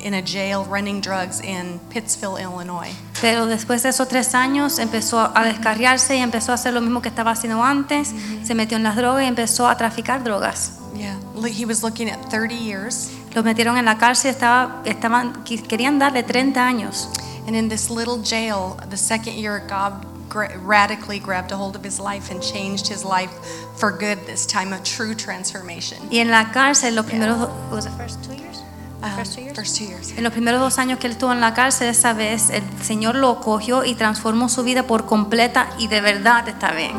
Speaker 5: in a jail running drugs in Pittsville, Illinois.
Speaker 4: Pero después de esos tres años empezó a descarriarse y empezó a hacer lo mismo que estaba haciendo antes. Se metió en las drogas y empezó a traficar drogas.
Speaker 5: Yeah, L- he was looking at 30 years,
Speaker 4: Los metieron en la cárcel, estaba, estaban, qui- querían darle 30 años.
Speaker 5: and in this little jail, the second year, God gra- radically grabbed a hold of his life and changed his life for good. This time, a true transformation.
Speaker 4: Y en la cárcel, los primeros, do- was it first two years?
Speaker 5: Um,
Speaker 4: First two years?
Speaker 5: first two years.
Speaker 4: en los primeros dos años que él estuvo en la cárcel, esa vez el Señor lo cogió y transformó su vida por completa y de verdad está bien.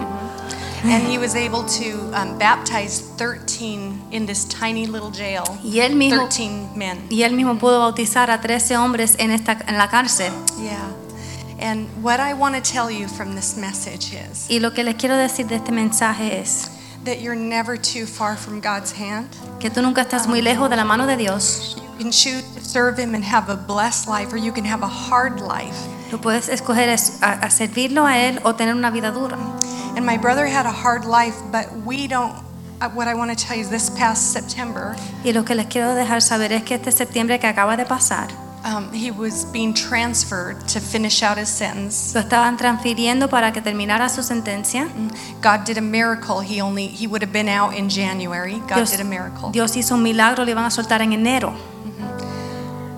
Speaker 5: And he was able to um, baptize 13 in this tiny little jail.
Speaker 4: Y él mismo,
Speaker 5: 13 men.
Speaker 4: y él mismo pudo bautizar a 13 hombres en, esta, en la cárcel.
Speaker 5: Yeah. And what I want to tell you from this message is
Speaker 4: Y lo que les quiero decir de este mensaje es
Speaker 5: that you're never too far from God's hand.
Speaker 4: que tú nunca estás muy lejos de la mano de Dios.
Speaker 5: You can choose to serve Him and have a blessed life, or you can have a hard life.
Speaker 4: Lo puedes escoger es a, a servirlo a Él o tener una vida dura.
Speaker 5: And my brother had a hard life, but we don't. uh, What I want to tell you is this past September,
Speaker 4: Y lo que les quiero dejar saber es que este septiembre que acaba de pasar,
Speaker 5: um, he was being transferred to finish out his sentence.
Speaker 4: lo estaban transfiriendo para que terminara su sentencia.
Speaker 5: God did a miracle. He only he would have been out in January. God
Speaker 4: Dios,
Speaker 5: did a miracle.
Speaker 4: Dios hizo un milagro, le iban a soltar en enero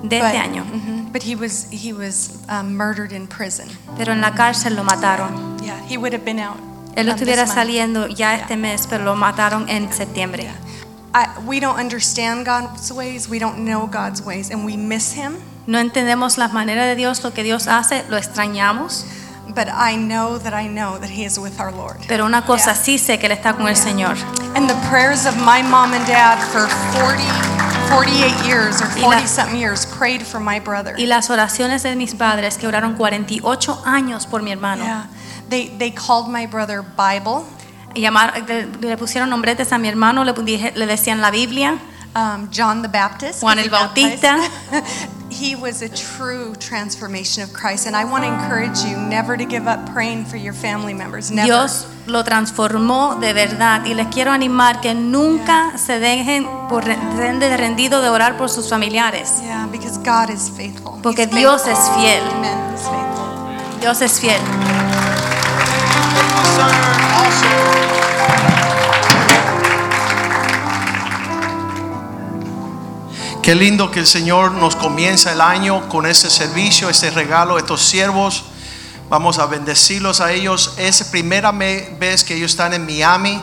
Speaker 4: de
Speaker 5: but,
Speaker 4: este año.
Speaker 5: mhm, but he was he was um, murdered in prison.
Speaker 4: Pero en la cárcel lo mataron.
Speaker 5: Yeah, he would have been out.
Speaker 4: Él
Speaker 5: um, this
Speaker 4: estuviera
Speaker 5: month.
Speaker 4: saliendo ya este mes, pero lo mataron en septiembre.
Speaker 5: I, we don't understand God's ways. We don't know God's ways, and we miss Him.
Speaker 4: No entendemos las maneras de Dios, lo que Dios hace, lo extrañamos.
Speaker 5: But I know that I know that He is with our Lord.
Speaker 4: Pero una cosa
Speaker 5: Yeah.
Speaker 4: sí sé que Él está con el Señor.
Speaker 5: And the prayers of my mom and dad for 40, 48 years or
Speaker 4: Y la-
Speaker 5: 40 something years prayed for my brother.
Speaker 4: Y las oraciones de mis padres, que oraron 48 años por mi hermano,
Speaker 5: Yeah. They, they called my brother Bible,
Speaker 4: y llamar- le, le pusieron nombretes a mi hermano, le, pu- dije- le decían la Biblia.
Speaker 5: um, John the Baptist.
Speaker 4: Juan
Speaker 5: he
Speaker 4: el Bautista.
Speaker 5: baptized. he was a true transformation of Christ. And I want to encourage you never to give up praying for your family members. Never.
Speaker 4: Dios lo transformó de verdad y les quiero animar que nunca se dejen por re- den de rendido de orar por sus familiares.
Speaker 5: Yeah, because God is faithful.
Speaker 4: Porque
Speaker 5: He's
Speaker 4: Dios
Speaker 5: faithful.
Speaker 4: es fiel.
Speaker 5: Amen. He's faithful.
Speaker 4: Dios es fiel.
Speaker 3: Qué lindo que el Señor nos comienza el año con este servicio, este regalo, estos siervos. Vamos a bendecirlos a ellos. Es primera me- vez que ellos están en Miami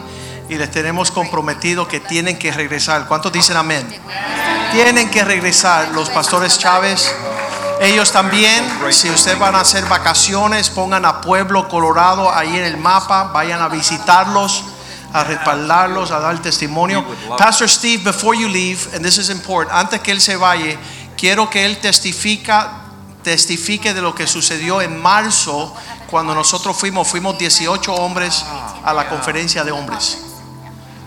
Speaker 3: y les tenemos comprometido que tienen que regresar. ¿Cuántos dicen amén? Tienen que regresar los pastores Chávez. Ellos también, si ustedes van a hacer vacaciones, pongan a Pueblo Colorado ahí en el mapa, vayan a visitarlos, a respaldarlos, a dar testimonio. Pastor Steve, before you leave, and this is important, antes que él se vaya, quiero que él testifica, testifique de lo que sucedió en marzo cuando nosotros fuimos, fuimos 18 hombres a la conferencia de hombres.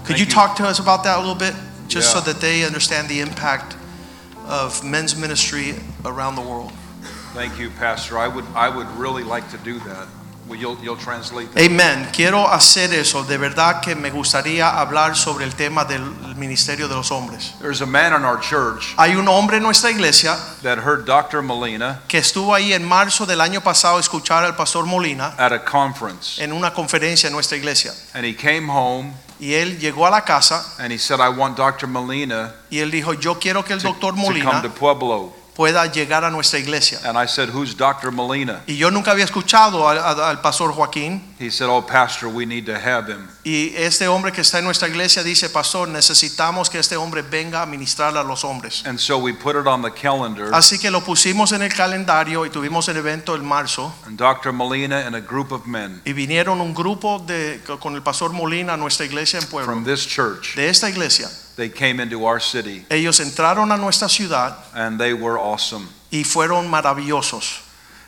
Speaker 3: Could
Speaker 2: Thank you.
Speaker 3: you talk to us about that a little bit? Just so
Speaker 2: Yeah.
Speaker 3: that they understand the impact of men's ministry around the world.
Speaker 2: Thank you, Pastor. I would, I would really like to do that. Well, you'll, you'll translate that.
Speaker 3: Amen. Quiero hacer eso. De verdad que me gustaría hablar sobre el tema del ministerio de los hombres.
Speaker 2: There's a man in our church
Speaker 3: Hay un hombre en nuestra iglesia
Speaker 2: that heard Dr. Molina
Speaker 3: que estuvo ahí en marzo del año pasado a escuchar al pastor Molina
Speaker 2: at a conference,
Speaker 3: en una conferencia en nuestra iglesia.
Speaker 2: and he came home
Speaker 3: Y él llegó a la casa
Speaker 2: and he said, "I want Dr. Molina
Speaker 3: y él dijo, yo quiero que el
Speaker 2: to, to
Speaker 3: doctor
Speaker 2: come to
Speaker 3: Molina
Speaker 2: Pueblo."
Speaker 3: pueda llegar a nuestra iglesia.
Speaker 2: And I said, "Who's Dr. Molina?"
Speaker 3: Y yo nunca había escuchado al, al- al pastor Joaquín.
Speaker 2: He said, "Oh, Pastor, we need to have him."
Speaker 3: Y este hombre que está en nuestra iglesia dice, pastor, necesitamos que este hombre venga a ministrar a los hombres.
Speaker 2: And so we put it on the calendar,
Speaker 3: Así que lo pusimos en el calendario y tuvimos el evento en marzo.
Speaker 2: and Dr. Molina and a group of men
Speaker 3: Y vinieron un grupo de, con el pastor Molina a nuestra iglesia en Puebla.
Speaker 2: from this church,
Speaker 3: De esta iglesia.
Speaker 2: they came into our city,
Speaker 3: Ellos entraron a nuestra ciudad
Speaker 2: and they were awesome.
Speaker 3: y fueron maravillosos.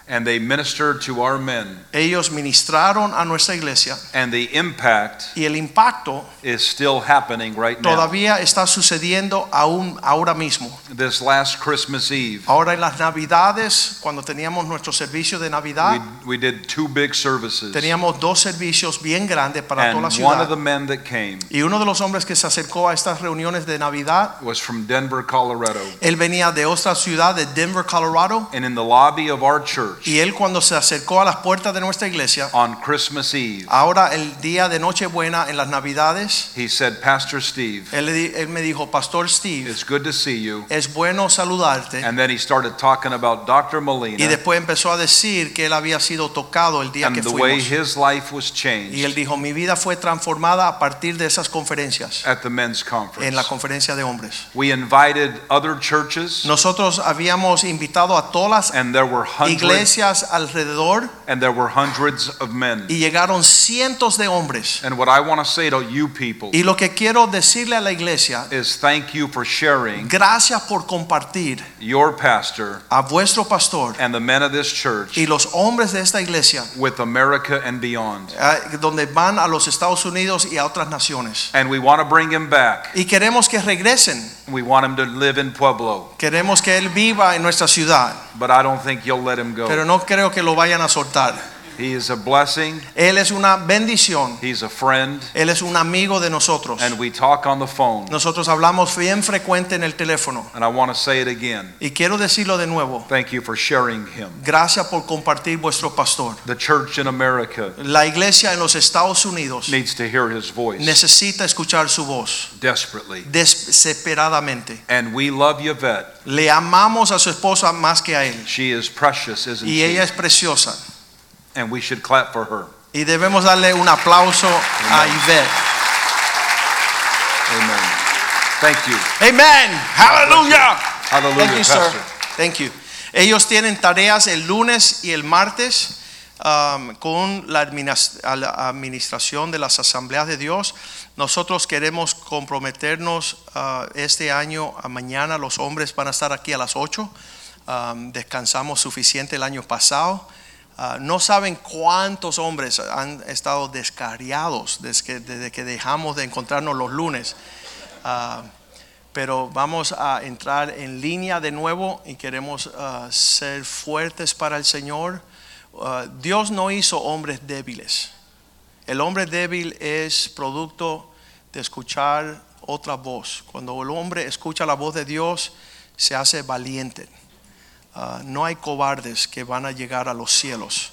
Speaker 2: And they ministered to our men,
Speaker 3: Ellos ministraron a nuestra iglesia
Speaker 2: and the impact
Speaker 3: y el impacto
Speaker 2: is still happening right now.
Speaker 3: todavía está sucediendo aún ahora mismo.
Speaker 2: This last Christmas Eve,
Speaker 3: Ahora en las Navidades, cuando teníamos nuestro servicio de
Speaker 2: we,
Speaker 3: Navidad,
Speaker 2: we did two big services.
Speaker 3: teníamos dos servicios bien grandes para toda la
Speaker 2: And one of the
Speaker 3: ciudad.
Speaker 2: men that came
Speaker 3: Y uno de los hombres que se acercó a estas reuniones de Navidad,
Speaker 2: was from Denver, Colorado.
Speaker 3: él venía de otra ciudad, de Denver, Colorado,
Speaker 2: And in the lobby of our church
Speaker 3: y él cuando se acercó a las puertas de nuestra iglesia,
Speaker 2: on Christmas Eve,
Speaker 3: ahora el día de Nochebuena en las Navidades,
Speaker 2: he said, Pastor Steve,
Speaker 3: él, le di- él me dijo, Pastor Steve,
Speaker 2: it's good to see you.
Speaker 3: es bueno saludarte.
Speaker 2: And then he started talking about Dr.
Speaker 3: Y
Speaker 2: Molina
Speaker 3: después empezó a decir que él había sido tocado el día
Speaker 2: and
Speaker 3: que
Speaker 2: the way
Speaker 3: fuimos.
Speaker 2: his life was
Speaker 3: Y él
Speaker 2: changed
Speaker 3: dijo, mi vida fue transformada a partir de esas conferencias,
Speaker 2: at the men's
Speaker 3: en la
Speaker 2: conference.
Speaker 3: conferencia de hombres.
Speaker 2: We invited other churches,
Speaker 3: Nosotros habíamos invitado a todas las
Speaker 2: and there were hundreds,
Speaker 3: iglesias alrededor
Speaker 2: and there were hundreds of men.
Speaker 3: y llegaron cientos de hombres.
Speaker 2: And what I want to say to you people
Speaker 3: Y lo que quiero decirle a la iglesia,
Speaker 2: is thank you for sharing
Speaker 3: gracias por compartir
Speaker 2: your pastor
Speaker 3: a vuestro pastor
Speaker 2: and the men of this church
Speaker 3: y los hombres de esta iglesia,
Speaker 2: with America and beyond.
Speaker 3: ah, donde van a los Estados Unidos y a otras naciones.
Speaker 2: And we want to bring him back.
Speaker 3: Y queremos que regresen,
Speaker 2: We want him to live in Pueblo,
Speaker 3: queremos que él viva en nuestra ciudad.
Speaker 2: but I don't think you'll let him
Speaker 3: pero
Speaker 2: go.
Speaker 3: no creo que lo vayan a soltar.
Speaker 2: He is a blessing,
Speaker 3: Él es una bendición,
Speaker 2: he's a friend,
Speaker 3: él es un amigo de nosotros.
Speaker 2: and we talk on the phone.
Speaker 3: Nosotros hablamos bien frecuente en el teléfono
Speaker 2: And I want to say it again.
Speaker 3: y quiero decirlo de nuevo.
Speaker 2: Thank you for sharing him.
Speaker 3: Gracias por compartir vuestro pastor.
Speaker 2: The church in America
Speaker 3: La iglesia en los Estados Unidos
Speaker 2: needs to hear his voice
Speaker 3: necesita escuchar su voz
Speaker 2: desperately.
Speaker 3: desesperadamente.
Speaker 2: And we love Yvette.
Speaker 3: Le amamos a su esposa más que a él
Speaker 2: She is precious, isn't
Speaker 3: y ella
Speaker 2: she?
Speaker 3: es preciosa
Speaker 2: And we should clap for her.
Speaker 3: y debemos darle un aplauso a Ivette.
Speaker 2: Amen. Thank you.
Speaker 3: Amen. Hallelujah.
Speaker 2: Hallelujah,
Speaker 3: Thank you, sir.
Speaker 2: Pastor.
Speaker 3: Thank you. Ellos tienen tareas el lunes y el martes um, con la adminas- a la administración de las asambleas de Dios. Nosotros queremos comprometernos ah, este año a mañana. Los hombres van a estar aquí a las 8. Um, descansamos suficiente el año pasado. Ah, no saben cuántos hombres han estado descarriados desde que, desde que dejamos de encontrarnos los lunes. Ah, pero vamos a entrar en línea de nuevo y queremos ah, ser fuertes para el Señor. Ah, Dios no hizo hombres débiles. El hombre débil es producto de escuchar otra voz. Cuando el hombre escucha la voz de Dios, se hace valiente. Ah, no hay cobardes que van a llegar a los cielos.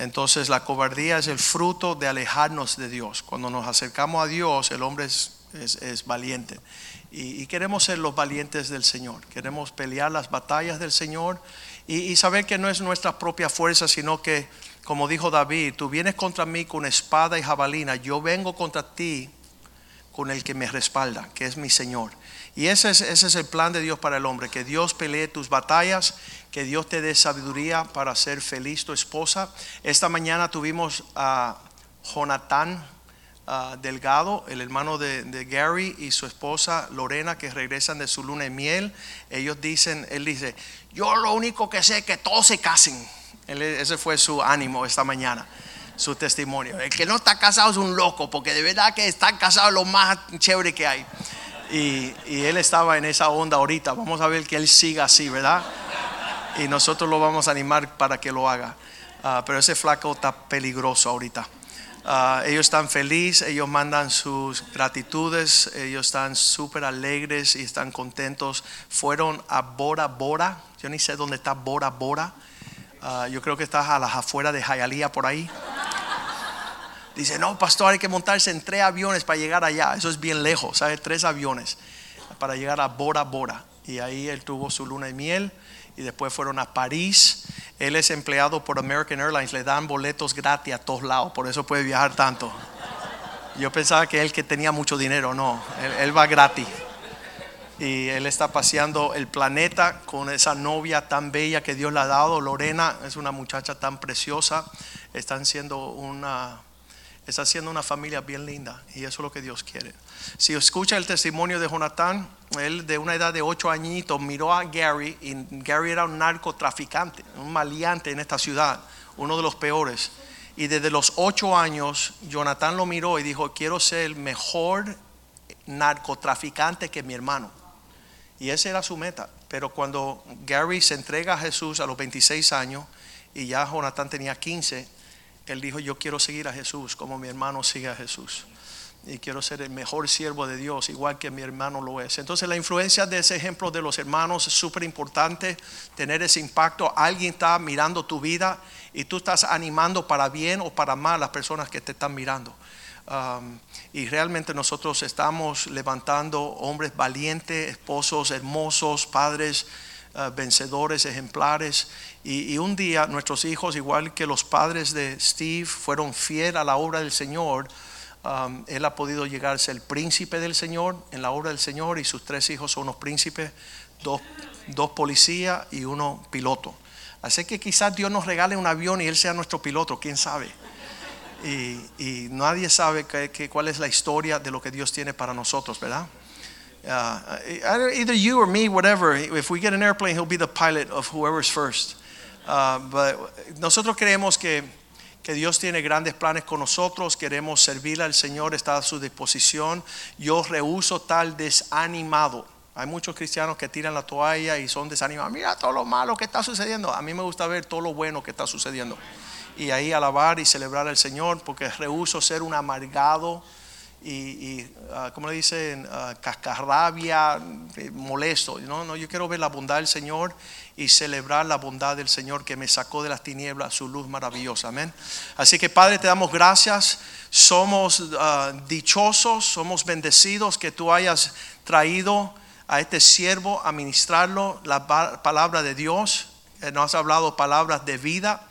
Speaker 3: Entonces la cobardía es el fruto de alejarnos de Dios. Cuando nos acercamos a Dios, el hombre es, es- es valiente. Y, y queremos ser los valientes del Señor. Queremos pelear las batallas del Señor y, y saber que no es nuestra propia fuerza, sino que, como dijo David, tú vienes contra mí con espada y jabalina, yo vengo contra ti con el que me respalda, que es mi Señor. Y ese es, ese es el plan de Dios para el hombre, que Dios pelee tus batallas, que Dios te dé sabiduría para ser feliz tu esposa. Esta mañana tuvimos a Jonatán ah, Delgado, el hermano de, de Gary y su esposa Lorena, que regresan de su luna de miel. Ellos dicen, él dice, yo lo único que sé es que todos se casen. Él- ese fue su ánimo esta mañana. su testimonio. El que no está casado es un loco, porque de verdad que están casados lo más chévere que hay. Y, y él estaba en esa onda ahorita. Vamos a ver que él siga así, ¿verdad? Y nosotros lo vamos a animar para que lo haga. Ah, pero ese flaco está peligroso ahorita. Ah, ellos están felices, ellos mandan sus gratitudes, ellos están súper alegres y están contentos. Fueron a Bora Bora, yo ni sé dónde está Bora Bora. Ah, yo creo que estás a las afueras de Hialeah por ahí. Dice, no, pastor, hay que montarse en tres aviones para llegar allá. Eso es bien lejos, ¿sabes? Tres aviones para llegar a Bora Bora. Y ahí él tuvo su luna de miel y después fueron a París. Él es empleado por American Airlines, le dan boletos gratis a todos lados, por eso puede viajar tanto. Yo pensaba que él que tenía mucho dinero, no, él, él va gratis. Y él está paseando el planeta con esa novia tan bella que Dios le ha dado, Lorena, es una muchacha tan preciosa. Están siendo una, está siendo una familia bien linda y eso es lo que Dios quiere. Si escucha el testimonio de Jonathan, él de una edad de ocho añitos miró a Gary y Gary era un narcotraficante, un maleante en esta ciudad, uno de los peores. Y desde los ocho años, Jonathan lo miró y dijo, quiero ser el mejor narcotraficante que mi hermano. Y esa era su meta. Pero cuando Gary se entrega a Jesús a los 26 años y ya Jonathan tenía 15, él dijo, yo quiero seguir a Jesús como mi hermano sigue a Jesús. Y quiero ser el mejor siervo de Dios, igual que mi hermano lo es. Entonces la influencia de ese ejemplo de los hermanos es súper importante, tener ese impacto. Alguien está mirando tu vida y tú estás animando para bien o para mal a las personas que te están mirando. Um, y realmente nosotros estamos levantando hombres valientes, esposos hermosos, padres. Uh, vencedores, ejemplares. Y, y, un día nuestros hijos, igual que los padres de Steve, fueron fiel a la obra del Señor. Um, él ha podido llegar a ser el príncipe del Señor en la obra del Señor y sus tres hijos son los príncipes, dos, dos policías y uno piloto. Así que quizás Dios nos regale un avión y Él sea nuestro piloto, quién sabe. Y, y nadie sabe que, que, cuál es la historia de lo que Dios tiene para nosotros, ¿verdad? Uh, either you or me, whatever. If we get an airplane, he'll be the pilot of whoever's first. Uh, but nosotros creemos que, que Dios tiene grandes planes con nosotros. Queremos servir al Señor, está a su disposición. Yo rehuso tal desanimado. Hay muchos cristianos que tiran la toalla y son desanimados. Mira todo lo malo que está sucediendo. A mí me gusta ver todo lo bueno que está sucediendo. Y ahí alabar y celebrar al Señor porque rehuso ser un amargado y, y uh, ¿cómo le dicen? Uh, cascarrabia, eh, molesto. No, no, yo quiero ver la bondad del Señor y celebrar la bondad del Señor que me sacó de las tinieblas su luz maravillosa. Amén. Así que Padre, te damos gracias. Somos uh, dichosos, somos bendecidos que tú hayas traído a este siervo a ministrarlo la palabra de Dios. Eh, Nos has hablado palabras de vida.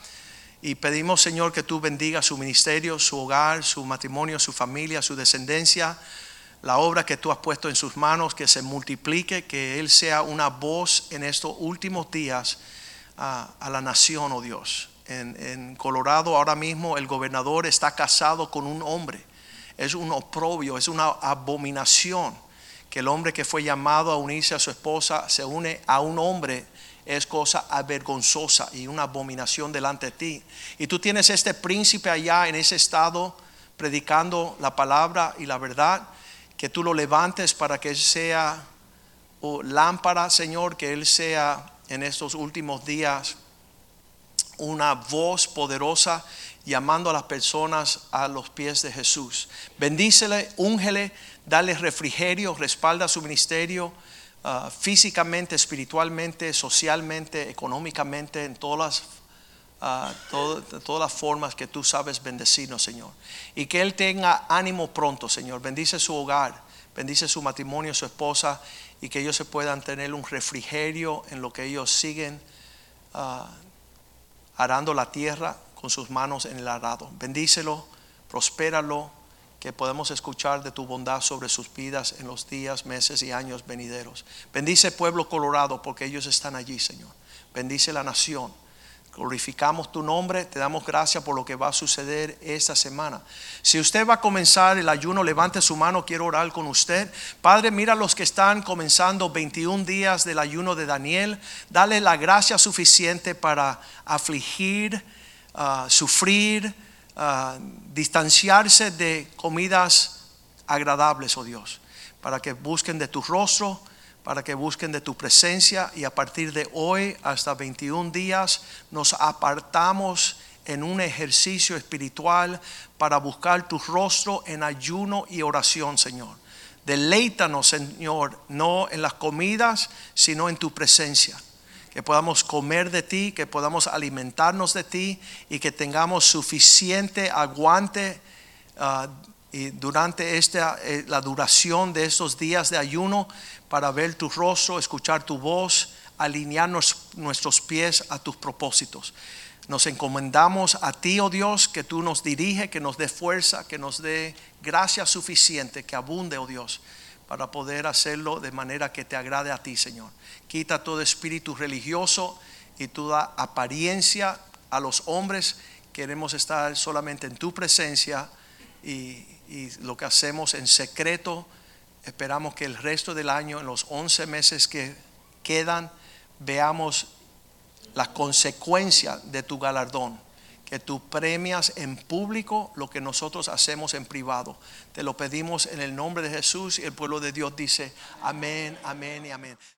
Speaker 3: Y pedimos, Señor, que tú bendigas su ministerio, su hogar, su matrimonio, su familia, su descendencia, la obra que tú has puesto en sus manos, que se multiplique, que Él sea una voz en estos últimos días uh, a la nación, oh Dios. En, en, Colorado ahora mismo el gobernador está casado con un hombre. Es un oprobio, es una abominación que el hombre que fue llamado a unirse a su esposa se une a un hombre es cosa avergonzosa y una abominación delante de ti. Y tú tienes este príncipe allá en ese estado predicando la palabra y la verdad, que tú lo levantes para que él sea oh, lámpara, Señor, que él sea en estos últimos días una voz poderosa llamando a las personas a los pies de Jesús. Bendícele, úngele, dale refrigerio, respalda su ministerio. Uh, físicamente, espiritualmente, socialmente, económicamente, en todas las, uh, todo, todas las formas que tú sabes bendecirnos, Señor. Y que Él tenga ánimo pronto, Señor. Bendice su hogar, bendice su matrimonio, su esposa, y que ellos se puedan tener un refrigerio en lo que ellos siguen uh, arando la tierra con sus manos en el arado. Bendícelo, prospéralo que podemos escuchar de tu bondad sobre sus vidas en los días, meses y años venideros. Bendice pueblo colorado porque ellos están allí, Señor. Bendice la nación. Glorificamos tu nombre, te damos gracias por lo que va a suceder esta semana. Si usted va a comenzar el ayuno, levante su mano, quiero orar con usted. Padre, mira los que están comenzando 21 días del ayuno de Daniel. Dale la gracia suficiente para afligir, uh, ah, sufrir, ah, distanciarse de comidas agradables, oh Dios, para que busquen de tu rostro, para que busquen de tu presencia y a partir de hoy hasta 21 días nos apartamos en un ejercicio espiritual para buscar tu rostro en ayuno y oración, Señor. Deleítanos, Señor, no en las comidas, sino en tu presencia que podamos comer de ti, que podamos alimentarnos de ti y que tengamos suficiente aguante ah, y durante esta, eh, la duración de estos días de ayuno para ver tu rostro, escuchar tu voz, alinear nos- nuestros pies a tus propósitos. Nos encomendamos a ti, oh Dios, que tú nos dirige, que nos dé fuerza, que nos dé gracia suficiente, que abunde, oh Dios, para poder hacerlo de manera que te agrade a ti, Señor. Quita todo espíritu religioso y toda apariencia a los hombres. Queremos estar solamente en tu presencia y, y lo que hacemos en secreto, esperamos que el resto del año, en los 11 meses que quedan, veamos la consecuencia de tu galardón, que tú premias en público lo que nosotros hacemos en privado. Te lo pedimos en el nombre de Jesús y el pueblo de Dios dice, amén, amén y amén.